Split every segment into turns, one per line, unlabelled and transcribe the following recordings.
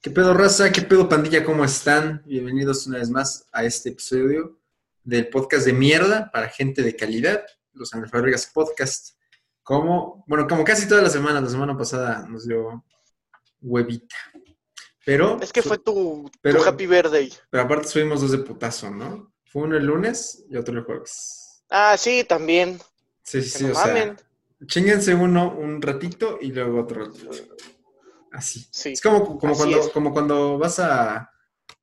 ¿Qué pedo, raza? ¿Qué pedo, pandilla? ¿Cómo están? Bienvenidos una vez más a este episodio del podcast de mierda para gente de calidad, los Analfabrigas Podcast. Como, bueno, como casi todas las semanas, la semana pasada nos dio huevita. Pero,
Es que fue tu, tu
Pero-
happy birthday.
pero aparte subimos dos de putazo, ¿no? Fue uno el lunes y otro el jueves.
Ah, sí, también.
Sí, sí,
Que
sí,
no
o sea,
mamen.
Chinguense uno un ratito y luego otro ratito. Así.
Sí.
Es como, como,
Así
cuando,
es.
como cuando vas a,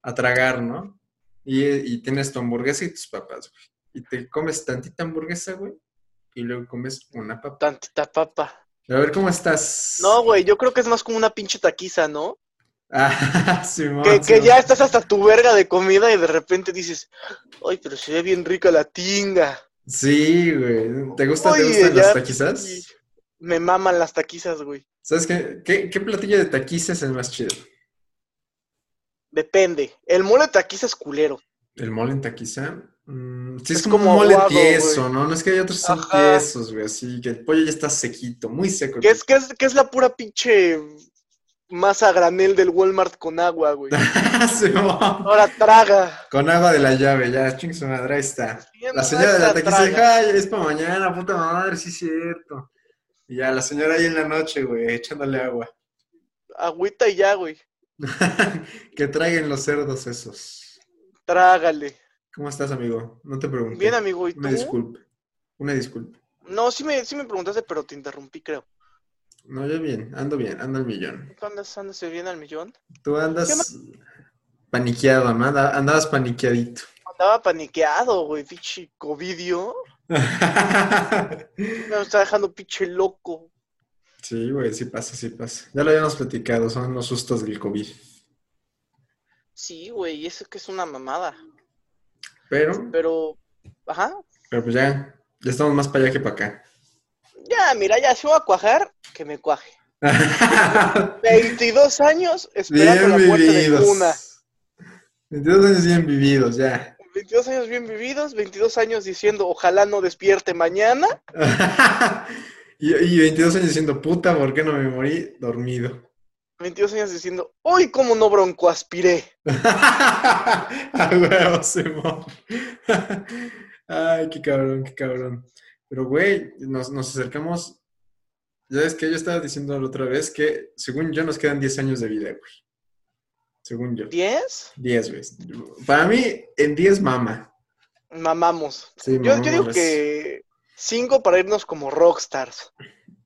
a tragar, ¿no? Y, y tienes tu hamburguesa y tus papas, güey. Y te comes tantita hamburguesa, güey. Y luego comes una papa.
Tantita papa.
A ver, ¿cómo estás?
No, güey, yo creo que es más como una pinche taquiza, ¿no?
Ah, Simón,
que que
Simón.
ya estás hasta tu verga de comida y de repente dices, ay, pero se ve bien rica la tinga.
Sí, güey. ¿Te, gusta, ¿te
Oye,
gustan
ya-
las taquizas?
Y me maman las taquizas, güey.
¿Sabes qué? ¿Qué, qué platillo de taquiza es el más chido?
Depende. El mole de taquiza es culero.
¿El mole en taquiza? Mm, sí, es,
Es
como, un
como
mole
aguado,
tieso, ¿no? No es que hay otros que son
Ajá.
tiesos, güey. Así que el pollo ya está sequito, muy seco.
Que es, que es, que es la pura pinche masa granel del Walmart con agua, güey.
Ah, Simón.
Ahora traga.
Con agua de la llave, ya, ching su madre, ahí está. La señora de la
Ahora
taquiza dijo,
traga.
ay, es para mañana, puta madre, sí es cierto. Y ya, la señora ahí en la noche, güey, echándole agua.
Agüita y ya, güey.
que traigan los cerdos esos.
Trágale.
¿Cómo estás, amigo? No te pregunté.
Bien, amigo, ¿y tú?
Una disculpa. Una disculpa.
No, sí me, sí me preguntaste, pero te interrumpí, creo.
No, yo bien, ando bien, ando al millón.
¿Tú andas, andas bien al millón?
Tú
¿Qué
andas paniqueado, ¿no? Anda- andabas paniqueadito.
Andaba paniqueado, güey, pinche covidio. Me está dejando pinche loco.
sí, güey, sí pasa, sí pasa. Ya lo habíamos platicado, son los sustos del COVID.
Sí, güey, eso que es una mamada.
Pero,
Pero, ajá.
pero pues ya, ya estamos más para allá que para acá.
Ya, mira, ya, si voy a cuajar, que me cuaje. 22 años esperando
bien
la puerta de cuna.
vividos. 22 años bien vividos, ya.
22 años bien vividos, 22 años diciendo, ojalá no despierte mañana.
y, y 22 años diciendo, puta, ¿por qué no me morí dormido?
22 años diciendo, hoy cómo no bronco aspiré.
A huevo, Simón. Ay, qué cabrón, qué cabrón. Pero, güey, nos, nos acercamos. Ya es que yo estaba diciendo la otra vez que, según yo, nos quedan 10 años de vida, güey. Según yo.
10,
10, güey. Para mí, en 10 mama.
mamamos.
Sí,
Yo, yo
mamá,
digo
las-
que 5 para irnos como rockstars.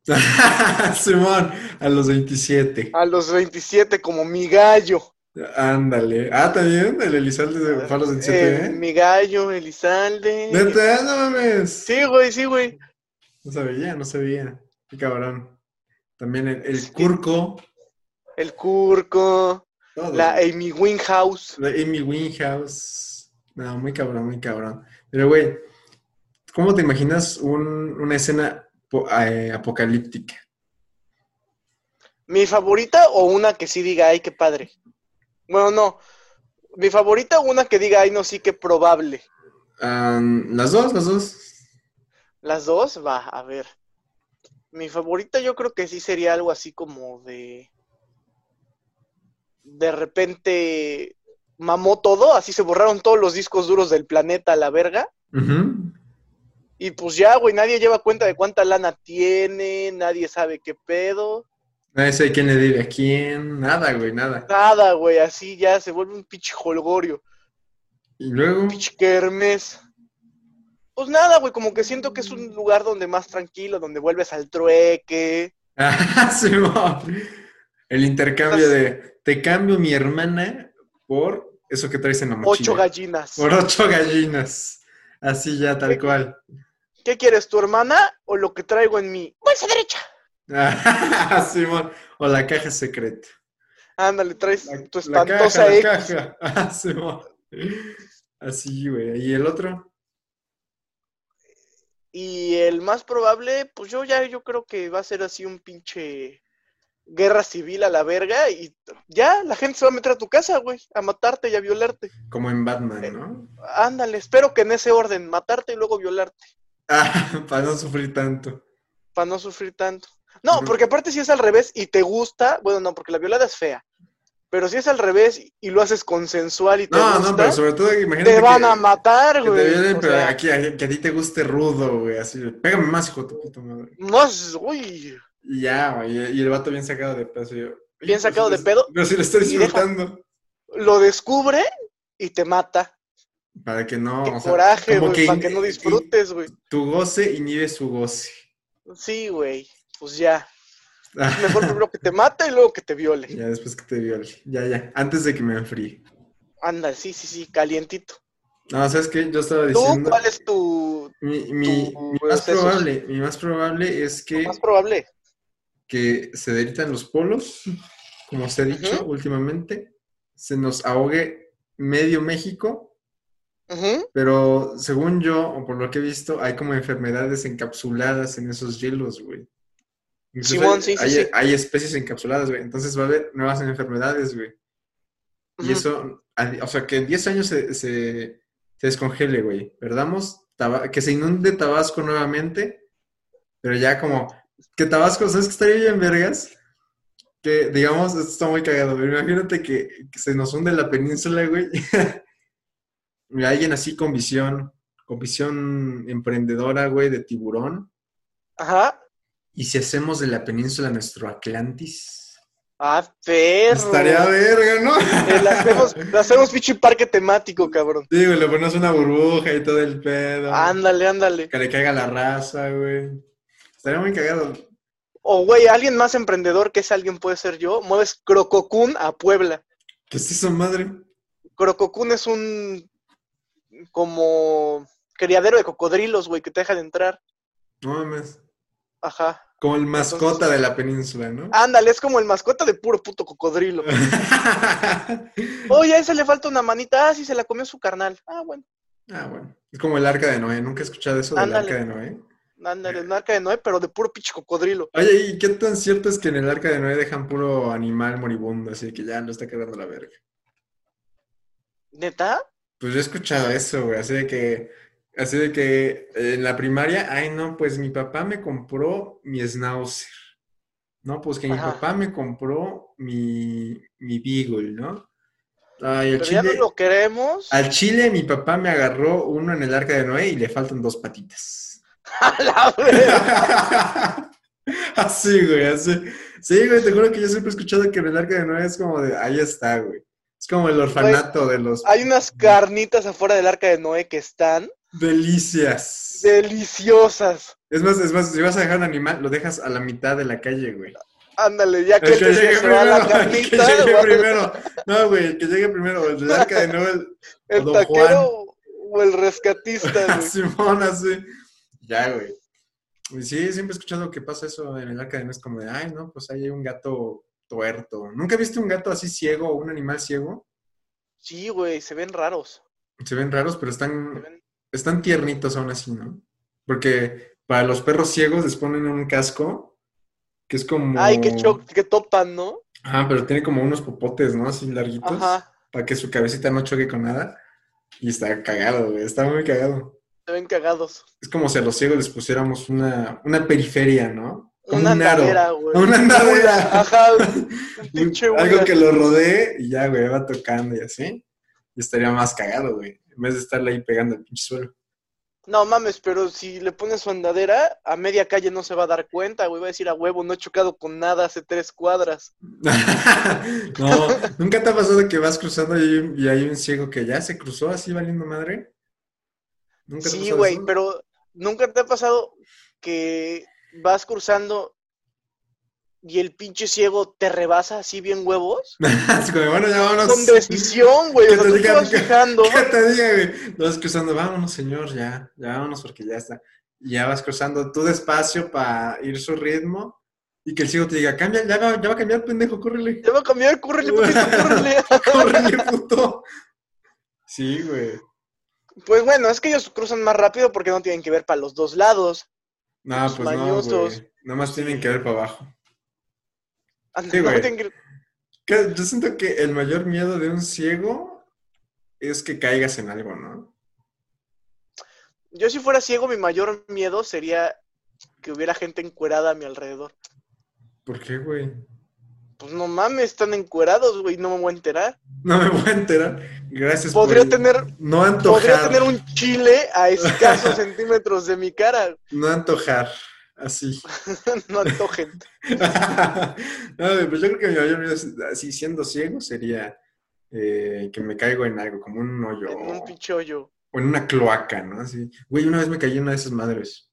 Simón, a los 27.
A los 27 como mi gallo.
Ándale. Ah, también, el Elizalde se fue a los 27,
Eh,
¿eh?
mi gallo, Elizalde.
Neta, no mames.
Sí, güey, sí, güey.
No sabía, no sabía. Qué cabrón. También el, el Curco.
El Curco,
todos.
la Amy Winghouse.
La Amy Winhouse. No, muy cabrón, muy cabrón. Pero, güey, ¿cómo te imaginas un- una escena po- eh, apocalíptica?
¿Mi favorita o una que sí diga, ay, qué padre? Bueno, no. Mi favorita o una que diga, ay, no, sí, qué probable.
Am, Ah, las dos, las dos.
Las dos, va, a ver. Mi favorita yo creo que sí sería algo así como de... De repente mamó todo, así se borraron todos los discos duros del planeta a la verga.
Ujú.
Y pues ya, güey, nadie lleva cuenta de cuánta lana tiene, nadie sabe qué pedo.
Nadie sabe quién le debe a quién. Nada, güey, nada.
Nada, güey, así ya se vuelve un pinche holgorio,
Y luego,
un pinche kermes. Pues nada, güey, como que siento que es un lugar donde más tranquilo, donde vuelves al trueque,
Ah, Simón. el intercambio de te cambio mi hermana por eso que traes en la mochila.
ocho gallinas.
Por ocho gallinas. Así ya, tal
Sí.
cual.
¿Qué quieres, tu hermana o lo que traigo en mí? Bolsa derecha.
Ah, Simón. O la caja secreta.
Ándale, traes
La-
tu
la caja,
espantosa E
la
X.
caja. Ah, Simón. Así, güey. ¿Y el otro?
Y el más probable, pues yo ya yo creo que va a ser así un pinche guerra civil a la verga y ya la gente se va a meter a tu casa, güey, a matarte y a violarte.
Como en Batman, ¿no?
Ándale, espero que en ese orden, matarte y luego violarte,
Ah, para no sufrir tanto.
para no sufrir tanto. No,
Ujú.
porque aparte si es al revés y te gusta, bueno, no, porque la violada es fea, Pero si es al revés y lo haces consensual y te
No,
gusta,
no, pero sobre todo imagínate
te van
que,
a matar,
que te
güey.
violen,
O
pero
sea,
aquí, a- que a ti te guste rudo, güey, así, de, pégame más, hijo de tu puta madre.
Más, uy.
Y ya, güey, y- y el vato bien sacado de pedo, así, yo, "Oye,
Bien sacado
pero
de
si-
pedo,
Pero si lo estoy
y deja-
disfrutando.
Lo descubre y te mata.
Para que no,
Qué
o sea,
coraje,
como
güey, para que
in-
no disfrutes, güey.
in- Tu goce inhibe su goce.
Sí, güey. Pues ya. Mejor primero que te mate y luego que te viole.
ya después que te viole. Ya, ya. Antes de que me enfríe.
Anda, sí, sí, sí, calientito.
No, ¿sabes qué? Yo estaba
¿Tú
diciendo...
cuál es tu
Mi, mi-
tu-
mi más
esos-
probable, mi más probable es que,
más probable?
que se deritan los polos, como se ha dicho
Ujú.
últimamente, se nos ahogue medio México,
Ujú.
pero según yo, o por lo que he visto, hay como enfermedades encapsuladas en esos hielos, güey. Incluso
Simón,
hay,
sí, sí,
hay-
sí.
hay especies encapsuladas, güey. Entonces va a haber nuevas enfermedades, güey. Y
Ujú.
eso, a- o sea, que en 10 años se, se, se descongele, güey. Perdamos, Taba- que se inunde Tabasco nuevamente, pero ya como, que Tabasco, ¿sabes que estaría bien, vergas? Que, digamos, esto está muy cagado, güey. Imagínate que, que se nos hunde la península, güey. Y alguien así con visión, con visión emprendedora, güey, de tiburón.
Ajá.
Y si hacemos de la península nuestro Atlantis.
Ah, perro.
Estaría verga, ¿no?
Eh, la hacemos, la hacemos pinche parque temático, cabrón.
Sí, güey, le pones una burbuja y todo el pedo.
Ándale, ándale.
Que le caiga la raza, güey. Estaría muy cagado.
O, güey, alguien más emprendedor que ese alguien puede ser yo, mueves Crococún a Puebla.
¿Qué es eso, madre?
Crococún es un. como. criadero de cocodrilos, güey, que te dejan entrar.
No mames.
Ajá.
Como el mascota de la península, ¿no?
Ándale, es como el mascota de puro puto cocodrilo. Oye, a ese le falta una manita. Ah, sí, se la comió su carnal. Ah, bueno.
ah, bueno. Es como el arca de Noé. Nunca he escuchado eso del
Ándale.
arca de Noé.
Ándale, un arca de Noé, eh, pero de puro pinche cocodrilo.
Oye, ¿y qué tan cierto es que en el arca de Noé dejan puro animal moribundo? Así que ya lo está quedando la verga.
¿Neta?
Pues yo he escuchado eso, güey, así de que, así de que eh, en la primaria, ay no, pues mi papá me compró mi schnauzer, no, pues que mi
Ajá.
papá me compró mi, mi beagle, ¿no? Ay, al
Pero ya no
chile,
lo queremos.
al chile mi papá me agarró uno en el arca de Noé y le faltan dos patitas.
A la verga.
Así, güey, así. Sí, güey, te juro que yo siempre he escuchado que en el arca de Noé es como de, ahí está, güey. Es como el orfanato de los...
Hay unas carnitas afuera del arca de Noé que están
Delicias.
deliciosas.
Es más, es más, si vas a dejar un animal, lo dejas a la mitad de la calle, güey.
Ándale, ya que,
El que
te-
llegue
se va la
primero, el que
carnita,
llegue
va-
primero. No, güey, el que llegue primero, el del arca de Noel,
el
Don
taquero
Juan.
o el rescatista, güey.
Simón, así. Ya, güey. Y sí, siempre he escuchado que pasa eso en el arca de Noel, es como de, ay, no, pues ahí hay un gato tuerto. ¿Nunca viste un gato así ciego o un animal ciego?
Sí, güey, se ven raros.
Se ven raros, pero
se
están,
ven-
están tiernitos aún así, ¿no? Porque para los perros ciegos les ponen un casco que es como...
Ay, qué choc, qué topan, ¿no?
Ajá, pero tiene como unos popotes, ¿no? Así larguitos.
Ajá,
Para que su cabecita no choque con nada. Y está cagado, güey. Está muy cagado.
se ven cagados.
Es como si a los ciegos les pusiéramos una, una periferia, ¿no? Como
Una
un aro.
andadera, güey.
Una andadera.
Ajá, un pinche
Un-
hula.
Algo que lo rodee y ya, güey, va tocando y así. Y estaría más cagado, güey. En vez de estarle ahí pegando al pinche suelo.
No mames, pero si le pones su andadera, a media calle no se va a dar cuenta, güey. Va a decir a huevo, no he chocado con nada hace tres cuadras.
no, ¿nunca te ha pasado que vas cruzando y, hay un- y hay un ciego que ya se cruzó así valiendo madre? ¿Nunca te ha
Sí,
pasado
güey,
eso?
pero nunca te ha pasado que vas cruzando y el pinche ciego te rebasa así bien huevos.
Así como, bueno, ya vámonos.
Con decisión, güey.
Que
O sea,
te
tú te
digan
vas
que-
fijando.
¿Qué te diga, güey? Lo vas cruzando, vámonos, señor, ya, ya vámonos porque ya está. Y ya vas cruzando tú despacio para ir su ritmo y que el ciego te diga, cambia, ya va, ya va a cambiar, pendejo, córrele,
Te va a cambiar, córrele, poquito, córrele.
córrele, puto. Sí, güey.
Pues bueno, es que ellos cruzan más rápido porque no tienen que ver para los dos lados.
No,
Los
pues no,
mañosos.
güey. Nada más tienen que ver para abajo.
Anda,
Sí,
no
güey.
tienen que-
Que- Yo siento que el mayor miedo de un ciego es que caigas en algo, ¿no?
Yo si fuera ciego, mi mayor miedo sería que hubiera gente encuerada a mi alrededor.
¿Por qué, güey?
pues no mames, están encuerados, güey, no me voy a enterar.
No me voy a enterar. Gracias
Podría
por
tener-
no antojar.
Podría tener un chile a escasos centímetros de mi cara.
No antojar. Así.
no antojen.
no, pues yo creo que mi mayor miedo, es, así siendo ciego, sería eh, que me caigo en algo, como un hoyo
En un pinche hoyo.
o en una cloaca, ¿no? Así. Güey, una vez me caí en una de esas madres.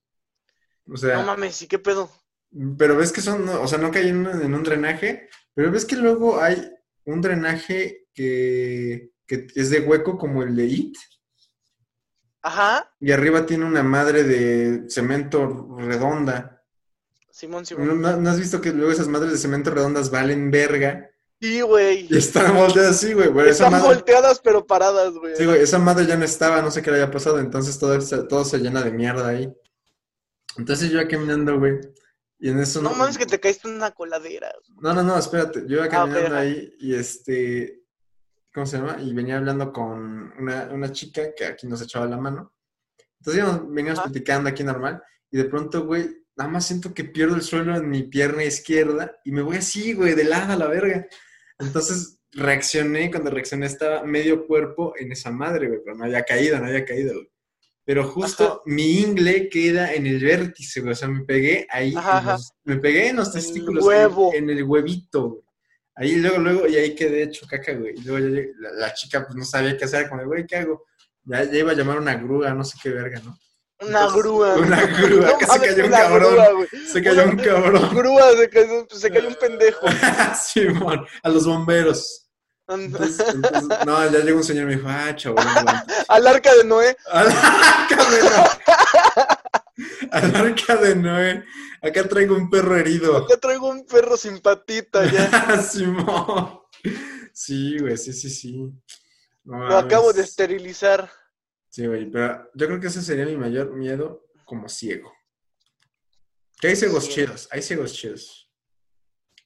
O sea,
No mames, ¿y qué pedo?
pero ves que son, no, o sea, no caí en, un- en un drenaje, pero ves que luego hay un drenaje que, que es de hueco como el de IT
Ajá,
y arriba tiene una madre de cemento redonda.
Simón,
¿No,
Simón.
no- no has visto que luego esas madres de cemento redondas valen verga?
Sí, güey.
Y están volteadas así, güey. Pero esa
Están
madre,
volteadas pero paradas, güey.
sí, güey, esa madre ya no estaba, no sé qué le había pasado, entonces todo, se- todo se llena de mierda ahí. Entonces yo iba caminando, güey. Y en eso
no mames que te caíste en una coladera.
No, no, no, espérate. Yo iba
Ah, ok,
caminando
ajá.
ahí y este. ¿Cómo se llama? Y venía hablando con una, una chica que aquí nos echaba la mano. Entonces íbamos- veníamos
Ajá.
platicando aquí normal. Y de pronto, güey, nada más siento que pierdo el suelo en mi pierna izquierda y me voy así, güey, de lado a la verga. Entonces reaccioné. Cuando reaccioné estaba medio cuerpo en esa madre, güey, pero no había caído, no había caído, güey. Pero justo
Ajá.
mi ingle queda en el vértice, güey. O sea, me pegué ahí.
Ajá,
en
ajá.
los- me pegué en los
En el
testículos.
huevo.
En, en el huevito, güey. Ahí luego, luego, y ahí quedé hecho caca, güey. Y luego ya llegué- la, la chica pues no sabía qué hacer, como, de, güey, ¿qué hago? Ya, ya iba a llamar una grúa, no sé qué verga, ¿no?
Una
Entonces,
grúa.
Una grúa, que se
mames,
cayó un
una
cabrón.
grúa, güey.
se cayó
Una
un cabrón.
Grúa, se cayó, pues, se cayó un pendejo.
Simón, a los bomberos. Entonces, entonces, no, ya llegó un señor y me dijo, ah, chaval.
Al arca de Noé.
Al arca de Noé. Al arca de Noé. Acá traigo un perro herido.
Acá traigo un perro sin patita ya.
Simón. Sí, güey, sí, sí, sí. No
Lo
mames.
acabo de este- esterilizar.
Sí, güey, pero yo creo que ese sería mi mayor miedo como ciego. Que hay ciegos
Ciego.
chidos, hay ciegos chidos.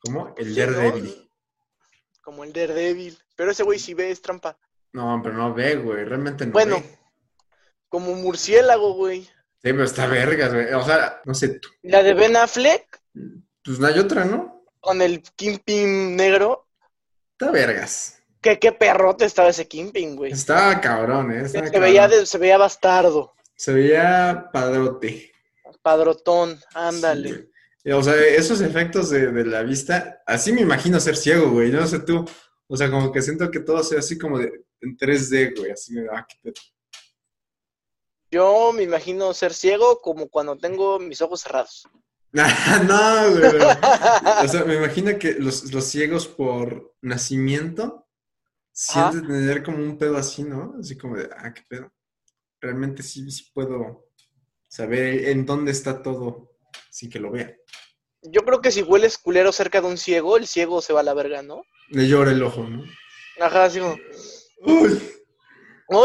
Como el
Sí, ¿no?
Daredevil.
Como el Daredevil. Pero ese güey si ve es trampa.
No, pero no ve, güey, realmente no
Bueno.
ve. Sí,
Como murciélago, güey.
pero está vergas, güey. O sea, no sé, tú.
La de Ben Affleck
pues no hay otra, ¿no?
con el Kingpin negro.
Está vergas.
Que qué perrote estaba ese Kingpin, güey.
Estaba cabrón, ¿eh?
Se
Estaba
se veía,
cabrón.
de- se veía bastardo.
Se veía padrote.
Padrotón,
Sí,
ándale.
güey. Eh, o sea, esos efectos de, de la vista, así me imagino ser ciego, güey. Yo no sé tú. O sea, como que siento que todo sea así como de, en 3D, güey. Así de, ah, qué
Yo me imagino ser ciego como cuando tengo mis ojos cerrados.
no, güey. pero- o sea, me imagino que los, los ciegos por nacimiento
Ajá.
sienten tener como un pedo así, ¿no? Así como de, ah, qué pedo. Realmente sí, sí puedo saber en dónde está todo sin que lo vea.
Yo creo que si hueles culero cerca de un ciego, el ciego se va a la verga, ¿no?
Le llora el ojo, ¿no?
Ajá, así como,
Uy.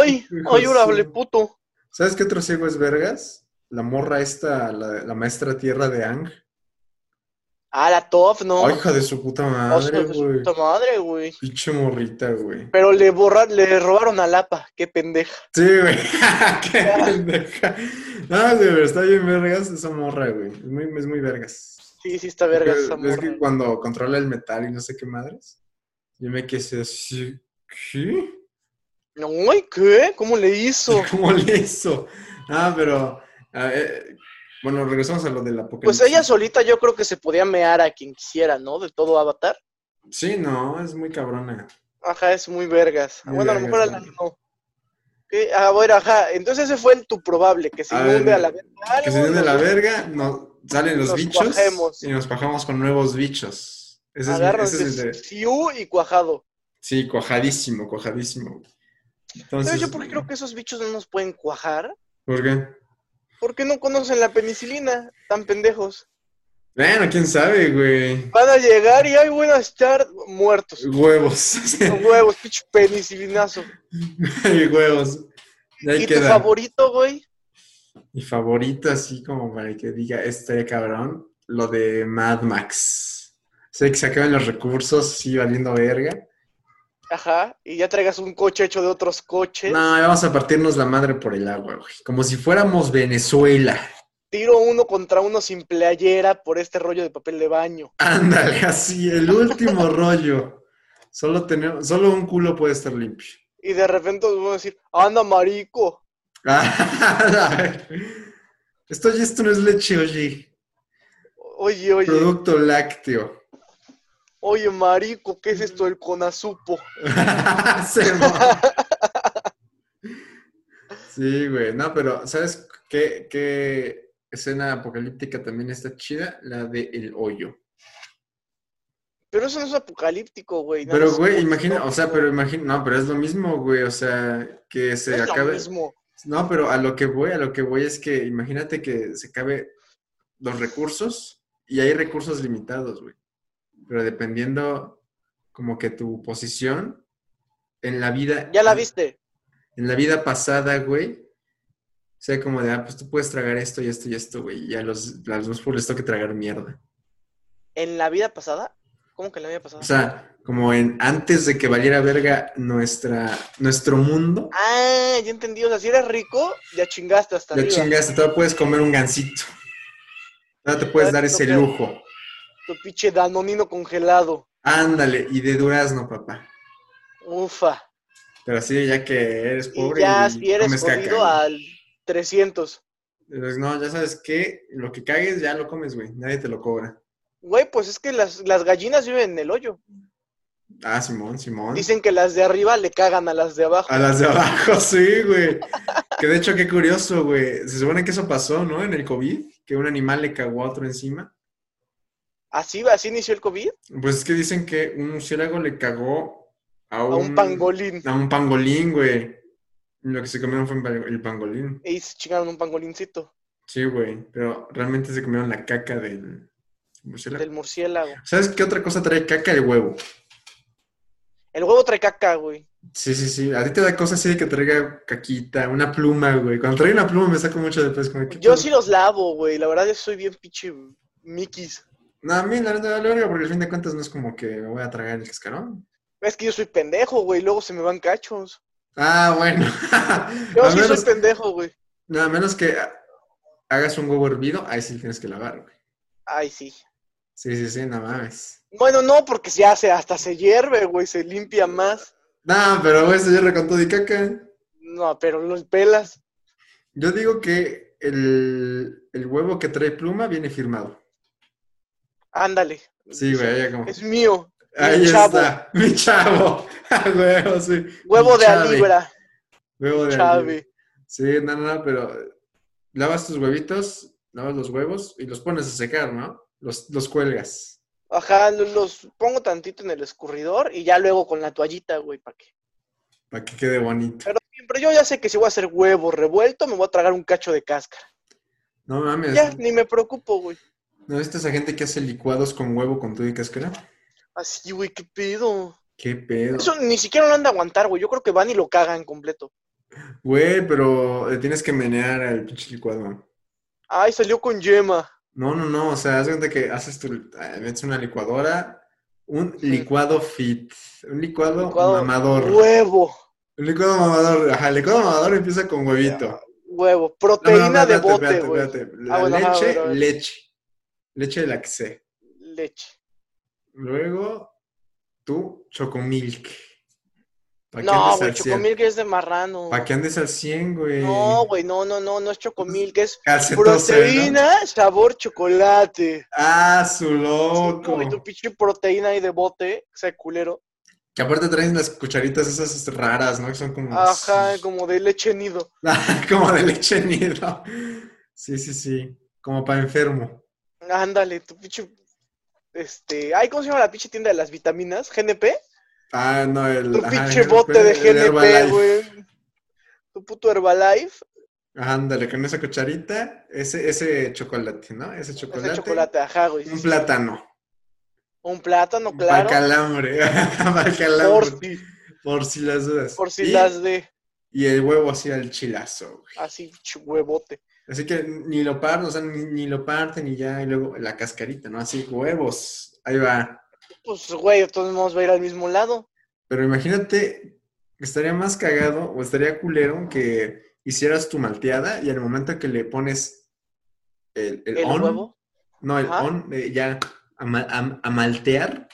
¡ay!
Hijo
¡ay,
de
órale,
su-
puto!
¿Sabes qué otro ciego es Vergas? La morra esta, la, la maestra tierra de Ang.
Ah, la top, ¿no?
Ay, hija de su puta
Hostia,
madre,
Oh, de su
güey.
puta madre, güey.
Pinche morrita, güey.
Pero le borra, le robaron a Lapa, qué pendeja.
Sí, güey. Qué pendeja. No, güey, pero está bien Vergas esa morra, güey. Es muy, es muy Vergas.
Sí, sí está verga
Es
esa
que- Es
morra.
que cuando controla el metal y no sé qué madres, yo me quedé así, ¿qué?
¡Ay, qué! ¿Cómo le hizo?
¿Cómo le hizo? Ah, pero... ah, eh, bueno, regresamos a lo del apocalipsis.
Pues ella solita yo creo que se podía mear a quien quisiera, ¿no? De todo Avatar.
Sí, no, es muy cabrona.
Ajá, es muy vergas.
Muy
bueno, a lo mejor
vergas,
a la
¿no?
no. ¿Qué? Ah, bueno, ajá. Entonces ese fue el tu probable, que se
A
inunde
ver,
a la verga. algo,
Ah, Que se den de la
nos
verga, no, salen los
Nos
bichos
cuajemos.
y nos pajamos con nuevos bichos. Ese es, mi-
agarran
ese es mi
de
de-
siu y cuajado.
Sí, cuajadísimo, cuajadísimo. Entonces,
¿Sabes yo por qué creo que esos bichos no nos pueden cuajar?
¿por qué?
Porque no conocen la penicilina, tan pendejos.
Bueno, quién sabe, güey.
Van a llegar y ay, buenas tardes, muertos.
Huevos.
Con huevos, pinche penicilinazo.
Y huevos. Y ahí
¿Y tu
queda.
favorito, güey?
Mi favorito, así como para que diga este cabrón, lo de Mad Max. Sé que se acaban los recursos, sí, valiendo verga.
Ajá, y ya traigas un coche hecho de otros coches.
No, vamos a partirnos la madre por el agua, güey. Como si fuéramos Venezuela.
tiro uno contra uno sin playera por este rollo de papel de baño.
Ándale, así, el último rollo. Solo, tenemos, solo un culo puede estar limpio.
Y de repente nos van a decir, anda, marico.
esto, esto no es leche, oye.
Oye, oye,
Producto lácteo.
oye, marico, ¿qué es esto del conazupo?
Se mamó. sí, güey. No, pero ¿sabes qué, qué escena apocalíptica también está chida? La de El Hoyo.
Pero eso no es apocalíptico, güey. nada
Pero,
más
güey,
como
imagina, o sea,
distópico.
pero imagina, no, pero es lo mismo, güey, o sea, que se
es lo
acabe.
mismo.
No, pero a lo que voy, a lo que voy es que imagínate que se acabe los recursos y hay recursos limitados, güey. Pero dependiendo como que tu posición en la vida.
Ya la viste.
En la vida pasada, güey. O sea, como de, ah, pues tú puedes tragar esto y esto y esto, güey. Y a los, a los dos por les toca tragar mierda.
¿En la vida pasada? ¿Cómo que en la vida pasada?
O sea, como en antes de que valiera verga nuestra, nuestro mundo.
ah, ya entendí. O sea, si eres rico, ya chingaste hasta
Ya
arriba.
chingaste, todavía puedes comer un gansito. Todavía te puedes dar ese
Todavía te
lujo.
Tu pinche danonino congelado.
Ándale, y de durazno, papá.
Ufa.
Pero sí, ya que eres pobre
y ya
y
si eres
comes caca.
jodido
güey.
al 300.
Pues no, ya sabes que lo que cagues ya lo comes, güey. Nadie te lo cobra.
Güey, pues es que las, las gallinas viven en el hoyo.
Ah, Simón, Simón.
Dicen que las de arriba le cagan a las de abajo.
A las de abajo, sí, güey. Que de hecho, qué curioso, güey. Se supone que eso pasó, ¿no? En el COVID, que un animal le cagó a otro encima.
Así, así inició el COVID.
Pues es que dicen que un murciélago le cagó a
A
un,
un pangolín.
A un pangolín, güey. Lo que se comieron fue un pan- el pangolín.
Y se chingaron un pangolincito
Sí, güey. Pero realmente se comieron la caca del murciélago.
del murciélago.
¿Sabes qué otra cosa trae caca? El huevo.
El huevo trae caca, güey.
Sí, sí, sí. A ti te da cosa así de que traiga caquita, una pluma, güey. Cuando trae una pluma me saco mucho de peso. como, ¿qué
Yo
pedo?
sí los lavo, güey. La verdad, yo soy bien pinche miquis.
No, a mí la verdad vale verga porque al fin de cuentas no es como que me voy a tragar el cascarón.
Es que yo soy pendejo, güey. Luego se me van cachos.
Ah, bueno.
Yo
a,
sí
menos,
soy pendejo, güey.
no, a menos que hagas un huevo hervido, ahí sí tienes que lavar, güey.
Ay, sí.
Sí, sí, sí, no mames.
Bueno, no, porque se hace, hasta se hierve, güey. Se limpia más.
No, pero güey, se hierve con todo y caca.
No, pero los pelas.
Yo digo que el, el huevo que trae pluma viene firmado.
Ándale.
Sí, güey, ya como.
Es mío.
Ahí
chavo.
está, mi chavo. Ah, huevo, sí.
Huevo
Mi
de
Chave,
alibra,
Huevo de alibra.
Chave.
Sí, no, no, no, pero lavas tus huevitos, lavas los huevos y los pones a secar, ¿no? Los, los cuelgas.
Ajá, lo- los pongo tantito en el escurridor y ya luego con la toallita, güey, ¿para qué?
Para que quede bonito.
Pero siempre yo ya sé que si voy a hacer huevo revuelto, me voy a tragar un cacho de cáscara.
No mames.
Ya, ni me preocupo, güey.
¿No viste esa gente que hace licuados con huevo con todo y cáscara?
Así, güey, qué pedo.
Qué pedo.
Eso ni siquiera lo han de aguantar, güey. Yo creo que van y lo cagan completo.
Güey, pero le tienes que menear al pinche licuado.
Ay, salió con yema.
No, no, no. O sea, haz de cuenta que haces tu. eh, Metes una licuadora. Un licuado fit. Un licuado,
Licuado
mamador.
Huevo,
Un licuado mamador. Ajá, el licuado mamador empieza con huevito.
huevo.
No, no, no,
Proteína de
espérate,
bote,
espérate,
güey.
espérate. La
Ah, bueno, ajá,
leche,
bueno, bueno.
leche. Leche de la que sé.
Leche.
Luego, tú, chocomilk. ¿Para qué
No,
andes
güey,
al 100?
chocomil que es de marrano.
¿Para qué andes al 100, güey?
No, güey, no, no, no, no es chocomil, que es
Calcetose, ¿no?
proteína, sabor chocolate.
Ah, su
No,
loco.
güey, tu pinche proteína ahí de bote, o sea, culero.
Que aparte traen las cucharitas esas raras, ¿no? Que son como...
Ajá, como de leche nido.
como de leche nido. Sí, sí, sí. Como para enfermo.
Ándale, tu pinche. Este. Ay, ¿cómo se llama la pinche tienda de las vitaminas? ¿GNP?
Ah, no, el...
Tu
ajá,
pinche
el-
bote de
el Herbalife.
GNP, güey. Tu puto Herbalife.
Ándale, con esa cucharita, ese, ese chocolate, ¿no? Ese chocolate.
Ese chocolate, ajá, güey.
Un plátano.
Un plátano,
Para
claro.
calambre. Para calambre.
Por si,
Por si las dudas.
por si
y,
las de.
y el huevo así al chilazo, güey.
Así, pinche huevote.
Así que ni lo parten, o sea, ni, ni lo parten y ya, y luego la cascarita, ¿no? Así, huevos. Ahí va.
Pues, güey, entonces vamos a ir al mismo lado.
Pero imagínate, estaría más cagado o estaría culero que hicieras tu malteada y al momento que le pones el, el
el
on,
huevo.
no, el
Ajá.
on, eh, ya ama- am- amaltear,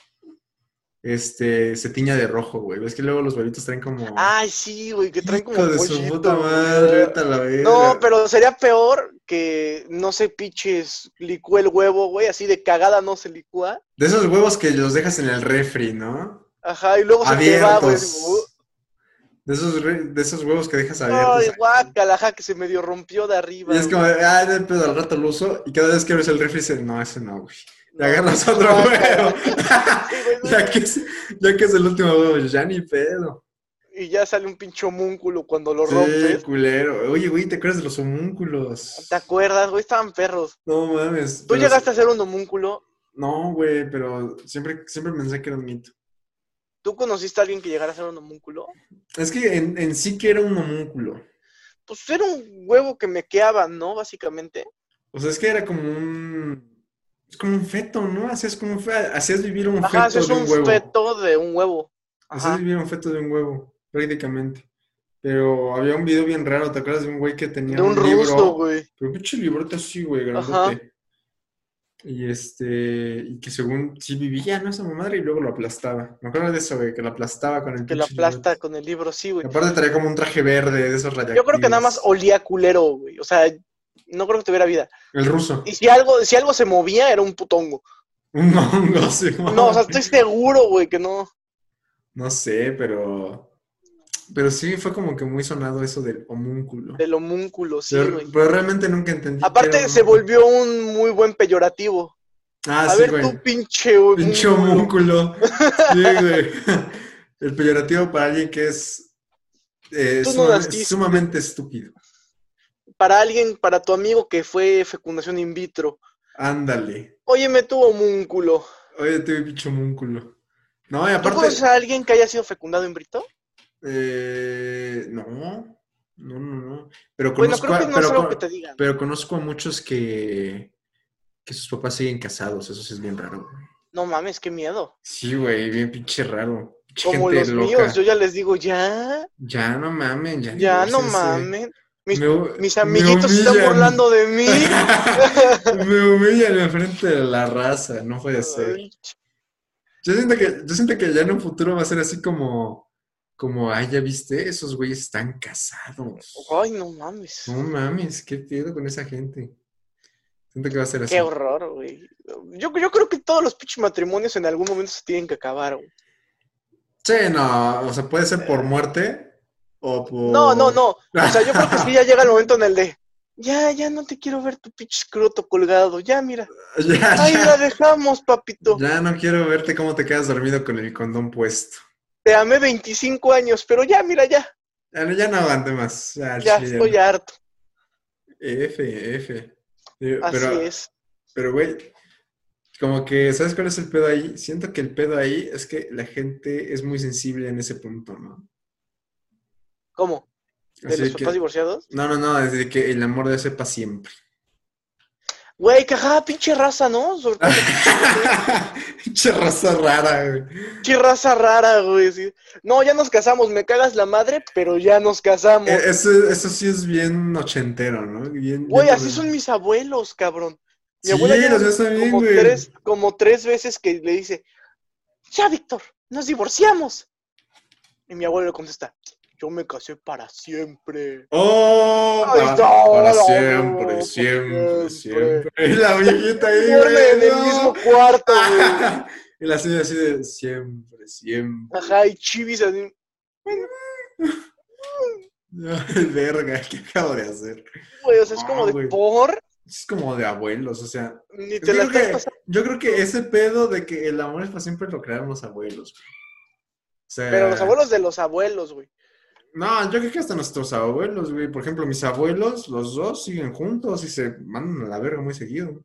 este, se tiña de rojo, güey. Ves que luego los huevitos traen como...
Ay, sí, güey, que Ah, traen como
Hijo de su
pollito,
puta
güey.
madre, vete a la verga.
No, pero sería peor que no se piches, licúe el huevo, güey, así de cagada no se licúa.
De esos huevos que los dejas en el refri, ¿no?
Ajá, y luego se te va,
Abiertos.
güey. así, uh,
De esos, re- de esos huevos que dejas abiertos.
Ay, guácala, ajá, que se medio rompió de arriba.
Y es
güey.
como, de, ah, de pedo, al rato lo uso. Y cada vez que abres el refri, dices, no, ese no, güey. Y
No,
agarras otro
guácala.
huevo.
Sí, güey, no.
ya, que es, ya que es el último huevo, ya ni pedo.
Y ya sale un pinche homúnculo cuando lo
Sí,
rompes.
culero. Oye, güey, ¿te acuerdas de los homúnculos?
¿Te acuerdas, güey? Estaban perros.
No mames.
¿Tú
pero-
llegaste a ser un homúnculo?
No, güey, pero siempre, siempre pensé que era un mito.
¿Tú conociste a alguien que llegara a ser un homúnculo?
Es que en, en sí que era un homúnculo.
Pues era un huevo que mequeaba, ¿no? Básicamente.
O sea, es que era como un. Es como un feto, ¿no? Hacías como un fe- hacías vivir un
Ajá,
feto
eso es
de un,
un
huevo.
feto de un huevo.
Hacías
Ajá.
vivir un feto de un huevo, prácticamente. Pero había un video bien raro, ¿te acuerdas de un güey que tenía
De un
libro?
rusto, güey.
Pero pinche librote así, güey, grandote.
Ajá.
Y este. Y que según sí vivía, ¿no? Esa madre, y luego lo aplastaba. Me acuerdo de eso, güey, que lo aplastaba con el
Que la
pinche librote.
aplasta con el libro, sí,
Y
güey.
aparte traía como un traje verde de esos radiactivos.
Yo creo que nada más olía culero, güey. O sea, no creo que tuviera vida.
El ruso.
Y si algo, si algo se movía, era un putongo.
Un hongo, sí,
No, o sea, estoy seguro, güey, que no.
No sé, pero. Pero sí fue como que muy sonado eso del homúnculo.
Del homúnculo, sí,
pero, pues,
güey.
pero realmente nunca entendí. qué era
Aparte,
un
se
homúnculo.
volvió un muy buen peyorativo.
Ah,
a
sí,
ver,
güey.
tú, pinche homúnculo.
Pinche homúnculo. Sí, güey. El peyorativo para alguien que es. eh,
Tú no
sumamente-
naciste.
sumamente estúpido.
Para alguien, para tu amigo que fue fecundación in vitro.
Ándale.
Óyeme, tú, homúnculo.
Oye, tuve pinche homúnculo. No, y
¿Tú
aparte.
conoces a alguien que haya sido fecundado in vitro?
eh, no. No, no, no. Pero
Bueno,
conozco
creo que
a-
no
pero
es algo
con-
que te digan.
Pero conozco a muchos que, que sus papás siguen casados, eso sí es bien raro. güey.
No mames, qué miedo.
Sí, güey, bien pinche raro. Pinche
Como
gente
los
loca.
míos, yo ya les digo, ya,
Ya no mamen, ya.
ya no
divórciense.
mamen. Mis,
Me-
mis
me
amiguitos se están
humillan.
burlando de mí.
Me humillan enfrente de la raza, no puede ser.
Ay, ch-
Yo siento que, yo siento que ya en un futuro va a ser así como, como, ay, ya viste, esos güeyes están casados.
Ay, no mames.
No mames, qué pedo con esa gente. Siento que va a ser así.
Qué horror, güey. Yo, yo creo que todos los pinches matrimonios en algún momento se tienen que acabar, güey.
Sí, no, o sea, puede ser por muerte o por...
No, no, no. O sea, yo creo que sí ya llega el momento en el de, ya, ya no te quiero ver tu pinche escroto colgado. Ya, mira.
ya,
Ahí
ya.
la dejamos, papito.
Ya no quiero verte cómo te quedas dormido con el condón puesto.
Te amé 25 años, pero ya, mira, ya.
Ya no, ya no aguanté más. Ya, al
Ya,
chile,
estoy
no.
harto.
F, F. Eh,
Así
Pero,
es.
pero, güey, como que, ¿sabes cuál es el pedo ahí? Siento que el pedo ahí es que la gente es muy sensible en ese punto, ¿no?
¿Cómo? ¿De
Así
los
que-
papás divorciados?
no, no, no, desde que el amor de sepa siempre.
Güey, que ajá, pinche raza, ¿no? Sobre todo
Pinche raza rara, güey.
pinche raza rara, güey. sí. No, ya nos casamos, me cagas la madre, pero ya nos casamos.
Eh, Eso, eso sí es bien ochentero, ¿no? Bien,
güey,
bien-
así son mis abuelos, cabrón. Mi
Sí,
abuela ya
los míos también,
como,
güey.
tres, como tres veces que le dice, ya, Víctor, nos divorciamos. Y mi abuelo le contesta, yo me casé para siempre.
¡Oh!
Ay,
Para,
no,
para
no,
siempre,
no,
siempre,
siempre.
siempre. Y la viejita ahí,
Duerme
güey,
en el
no.
mismo cuarto, güey.
Y la señora así de siempre, siempre.
Ajá, y chivis así.
No, verga, ¿qué acabo de hacer?
Güey, o sea, es como
No,
de
güey.
por,
Es como de abuelos, o sea.
ni te
Yo
la
creo,
estás
que,
pasando.
yo creo que ese pedo de que el amor es para siempre lo crearon los abuelos. güey. O sea,
Pero los abuelos de los abuelos, güey.
No, yo creo que hasta nuestros abuelos, güey. Por ejemplo, mis abuelos, los dos siguen juntos y se mandan a la verga muy seguido.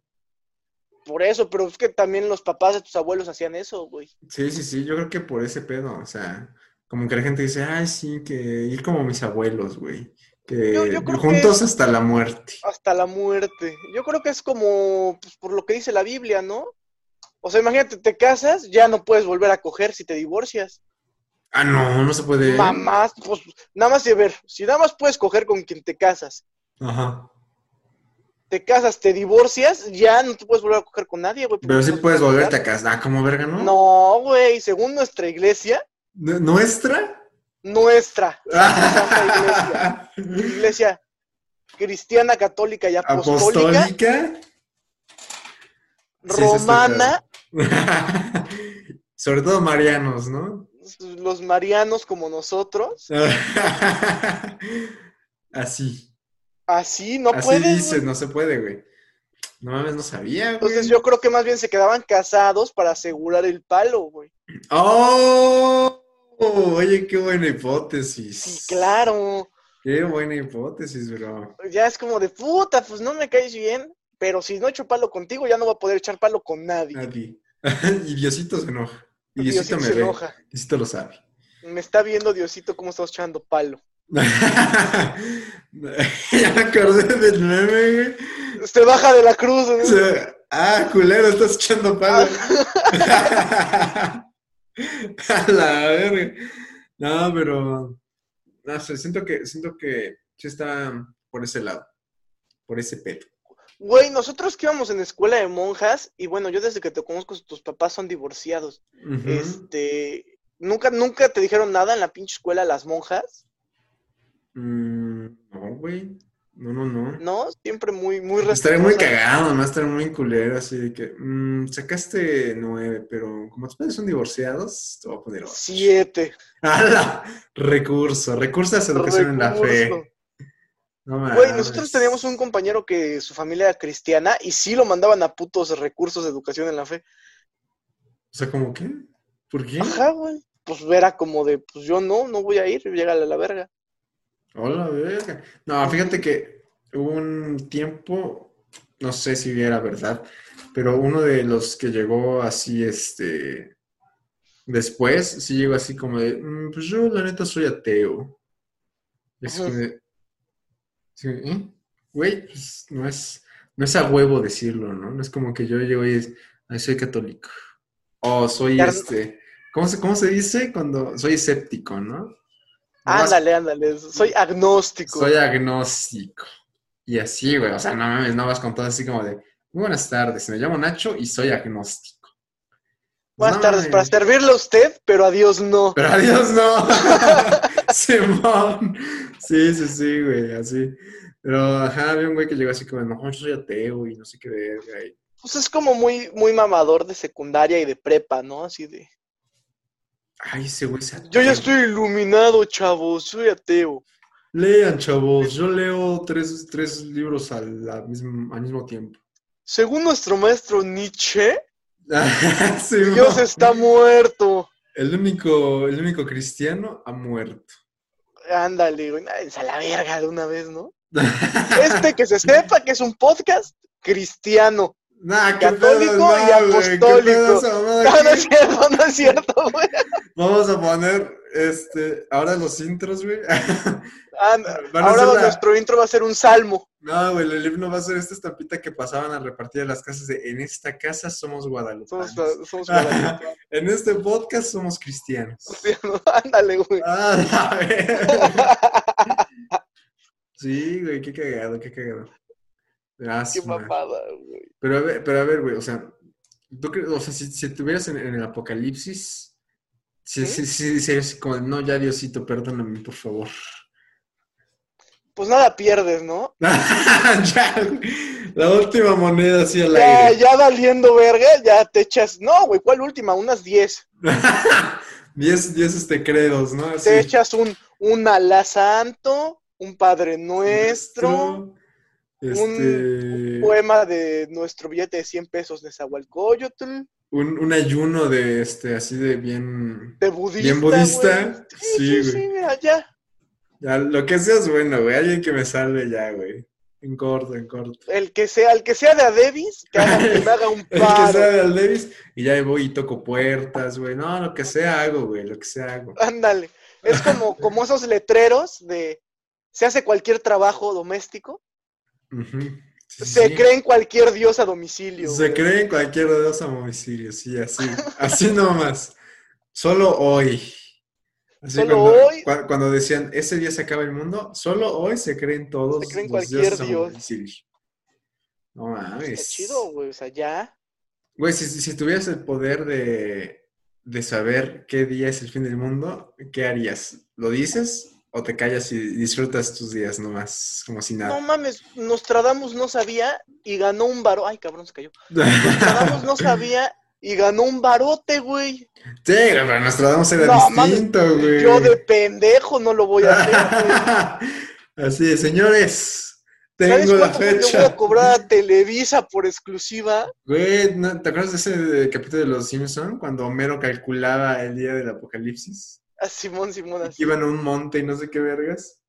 Por eso, pero es que también los papás de tus abuelos hacían eso, güey.
Sí, sí, sí, yo creo que por ese pedo, o sea, como que la gente dice, ay, sí, que ir como mis abuelos, güey, que
Yo- yo creo
juntos hasta la muerte.
Hasta la muerte. Yo creo que es como pues, por lo que dice la Biblia, ¿no? O sea, imagínate, te casas, ya no puedes volver a coger si te divorcias.
Ah, no, no se puede.
Mamás, pues nada más de ver, si nada más puedes coger con quien te casas
Ajá.
te casas, te divorcias, ya no te puedes volver a coger con nadie, güey.
Pero
porque
sí
no te
puedes
van
volverte
dejar.
a casar. Ah, como verga, ¿no?
No, güey, según nuestra iglesia,
¿Nu- ¿Nuestra?
nuestra Santa iglesia cristiana, católica y apostólica,
Apostólica. Sí, eso está
romana,
Sobre todo marianos, ¿no?
los marianos como nosotros,
Así.
así no
Así
puedes.
dices,
güey.
no se puede, güey. No mames, no sabía, güey.
Entonces yo creo que más bien se quedaban casados para asegurar el palo, güey.
¡Oh! Oye, qué buena hipótesis.
Sí, claro.
Qué buena hipótesis, bro.
Ya es como de puta, pues no me caes bien, pero si no echo palo contigo, ya no voy a poder echar palo con nadie.
Nadie. y Diosito se enoja. Y Diosito,
Diosito
me
se
ve.
enoja.
Diosito lo sabe.
Me está viendo Diosito cómo estás echando palo.
ya me acordé del meme, güey.
Se baja de la cruz. ¿no?
O sea, ah, culero, estás echando palo. Ah. A la verga. No, pero. No sé, siento que, siento que sí está por ese lado. Por ese peto.
Güey, nosotros que íbamos en escuela de monjas, y bueno, yo desde que te conozco, tus papás son divorciados.
Ujú.
Este, nunca, nunca te dijeron nada en la pinche escuela las monjas,
Mm, no, güey. No, no, no.
¿no? Siempre muy, muy
Estaré muy
respetuosas.
cagado, no estaré muy culero, así de que mm, sacaste nueve, pero como tus padres son divorciados, te voy a poner ocho.
Siete.
¡Hala! Recurso, recurso a educación en la
Recurso.
fe. Ah, No
Güey,
mames.
nosotros teníamos un compañero que su familia era cristiana y sí lo mandaban a putos recursos de educación en la fe.
O sea, ¿cómo qué? ¿Por qué?
Ajá, güey. Pues era como de, pues yo no, no voy a ir, llégale a la verga.
Hola, verga. No, fíjate que hubo un tiempo, no sé si era verdad, pero uno de los que llegó así, este, después, sí llegó así como de, "Mm, pues yo la neta soy ateo. Y así
Ajá.
como de, así como, "¿Eh? Güey, pues, no es, no es a huevo decirlo, ¿no? No es como que yo llego y es, "Ay, soy católico. O soy
Claro.
este, ¿cómo se, cómo se dice cuando soy escéptico, ¿no?
Ah,
Nada más
Ándale, ándale, soy agnóstico.
soy agnóstico. Y así, güey. O sea, no mames, no vas con todo así como de, muy buenas tardes, me llamo Nacho y soy agnóstico.
Buenas
No
tardes,
mames.
para servirle a usted, pero a Dios no.
Pero adiós, no. Simón. Sí, sí, sí, güey, así. Pero, ajá, había un güey que llegó así como, no, yo soy ateo y no sé qué verga. y-
Pues es como muy, muy mamador de secundaria y de prepa, ¿no? Así de.
Ay, ese güey es ateo.
Yo ya estoy iluminado, chavo, soy ateo.
Lean, chavos. Yo leo tres, tres libros a la misma- al mismo tiempo.
Según nuestro maestro Nietzsche,
Simón.
Dios está muerto.
El único, el único cristiano ha muerto.
Ándale, güey, nah, es a la verga de una vez, ¿no? Este que se sepa que es un podcast cristiano.
Nah, qué
Católico
pedo,
y
nah, güey, qué
apostólico.
pedo esa mamada
No, no
aquí.
es cierto, no es cierto, güey.
Vamos a poner este ahora los intros, güey.
Anda,
Van a
Ahora
hacer la-
nuestro intro va a ser un salmo.
No, güey, el himno va a ser esta estampita que pasaban a repartir a las casas de en esta casa somos guadalupanos.
Somos, somos guadalupanos.
En este podcast somos cristianos.
cristianos. Ándale, güey.
Ah, la verga. Sí, güey, qué cagado, qué cagado.
Qué
Asma.
papada, güey.
Pero a ver, pero a ver, güey, o sea, tú crees, o sea, si, si estuvieras en, en el apocalipsis, sí, sí,
¿Sí?
sí, sí, es como, no, ya Diosito, perdóname, por favor.
Pues nada pierdes, ¿no?
ya, güey, la última moneda así al
Ya,
aire.
ya valiendo verga, ya te echas. No, güey, ¿cuál última? Unas 10.
diez, diez este credos, ¿no? Así.
Te echas un, un ala santo, un padre nuestro,
Este,
poema de nuestro billete de 100 pesos de Zahualcoyotl,
un, un ayuno de este, así de bien.
de budista.
Bien budista,
güey.
sí,
Sí, sí, sí,
güey.
mira, ya.
ya, lo que sea es bueno, güey. Alguien que me salve ya, güey. En corto, en corto.
El que sea, el que sea de Adebis, que, haga- que me haga un
El que
paro.
sea del Davis y ya voy y toco puertas, güey. No, lo que sea hago, güey, lo que sea hago.
Ándale. Es como, como esos letreros de se hace cualquier trabajo doméstico,
Ujú. Sí,
se
sí.
cree en cualquier dios a domicilio.
Se
güey.
cree en cualquier de los homicidios, sí, así. Así nomás. Solo hoy. Así
Solo
cuando,
hoy.
cua- cuando decían, ese día se acaba el mundo, solo hoy se creen todos
Se
los
creen cualquier
dioses
dios.
homicidios. No mames.
Está chido, güey. O sea, ya.
Güey, si, si tuvieras el poder de, de saber qué día es el fin del mundo, ¿qué harías? ¿Lo dices o te callas y disfrutas tus días nomás, como si
No
nada?
mames, Nostradamus no sabía y ganó un varón. Ay, cabrón, se cayó. Nostradamus no sabía y ganó un barote, güey.
Sí, güey, pero Nostradamus era
No, mames,
distinto, güey.
Yo de pendejo no lo voy a hacer, güey.
Así es, señores.
¿Sabes
Tengo la
cuánto le voy a
fecha.
cobrar a Televisa por exclusiva?
Güey, ¿no- ¿te acuerdas de ese capítulo de Los Simpson cuando Homero calculaba el día del apocalipsis?
A Ah, Simón Simón
Y que
así.
iban a un monte y no sé qué vergas.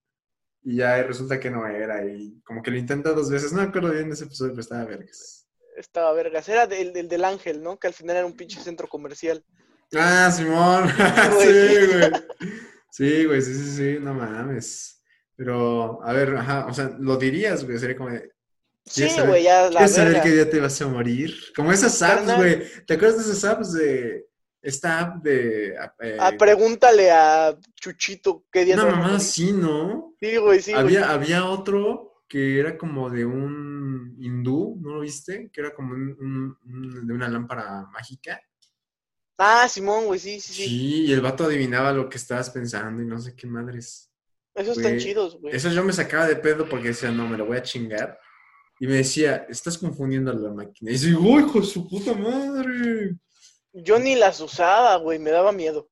Y ya resulta que no era. Y como que lo intenta dos veces. No me acuerdo bien de ese episodio, pero estaba vergas.
Estaba vergas. Era del, del, del ángel, ¿no? Que al final era un pinche centro comercial.
Ah, Simón. sí,
Güey.
güey. Sí, güey, sí, sí, sí, no mames. Pero, a ver, ajá, o sea, lo dirías, güey, sería como de,
Sí,
saber-
güey, ya la
¿Quieres saber
verga.
qué día te vas a morir? Como esas apps,
Carnal.
güey. ¿Te acuerdas de esas apps de. Esta app de. eh,
Ah, pregúntale a Chuchito qué día
una
te vas a
mamada
morir.
así, ¿no?
Sí, güey, sí, güey.
había, había otro que era como de un hindú, ¿no lo viste? Que era como un- un- un- de una lámpara mágica.
Ah, Simón, güey, sí, sí,
Sí.
sí.
y el vato adivinaba lo que estabas pensando y no sé qué madres.
Esos están
Güey,
chidos, güey.
Eso yo me sacaba de pedo porque decía, no, me lo voy a chingar. Y me decía, estás confundiendo a la máquina. Y digo, "Oh, hijo de su puta madre!
Yo ni las usaba, güey, me daba miedo.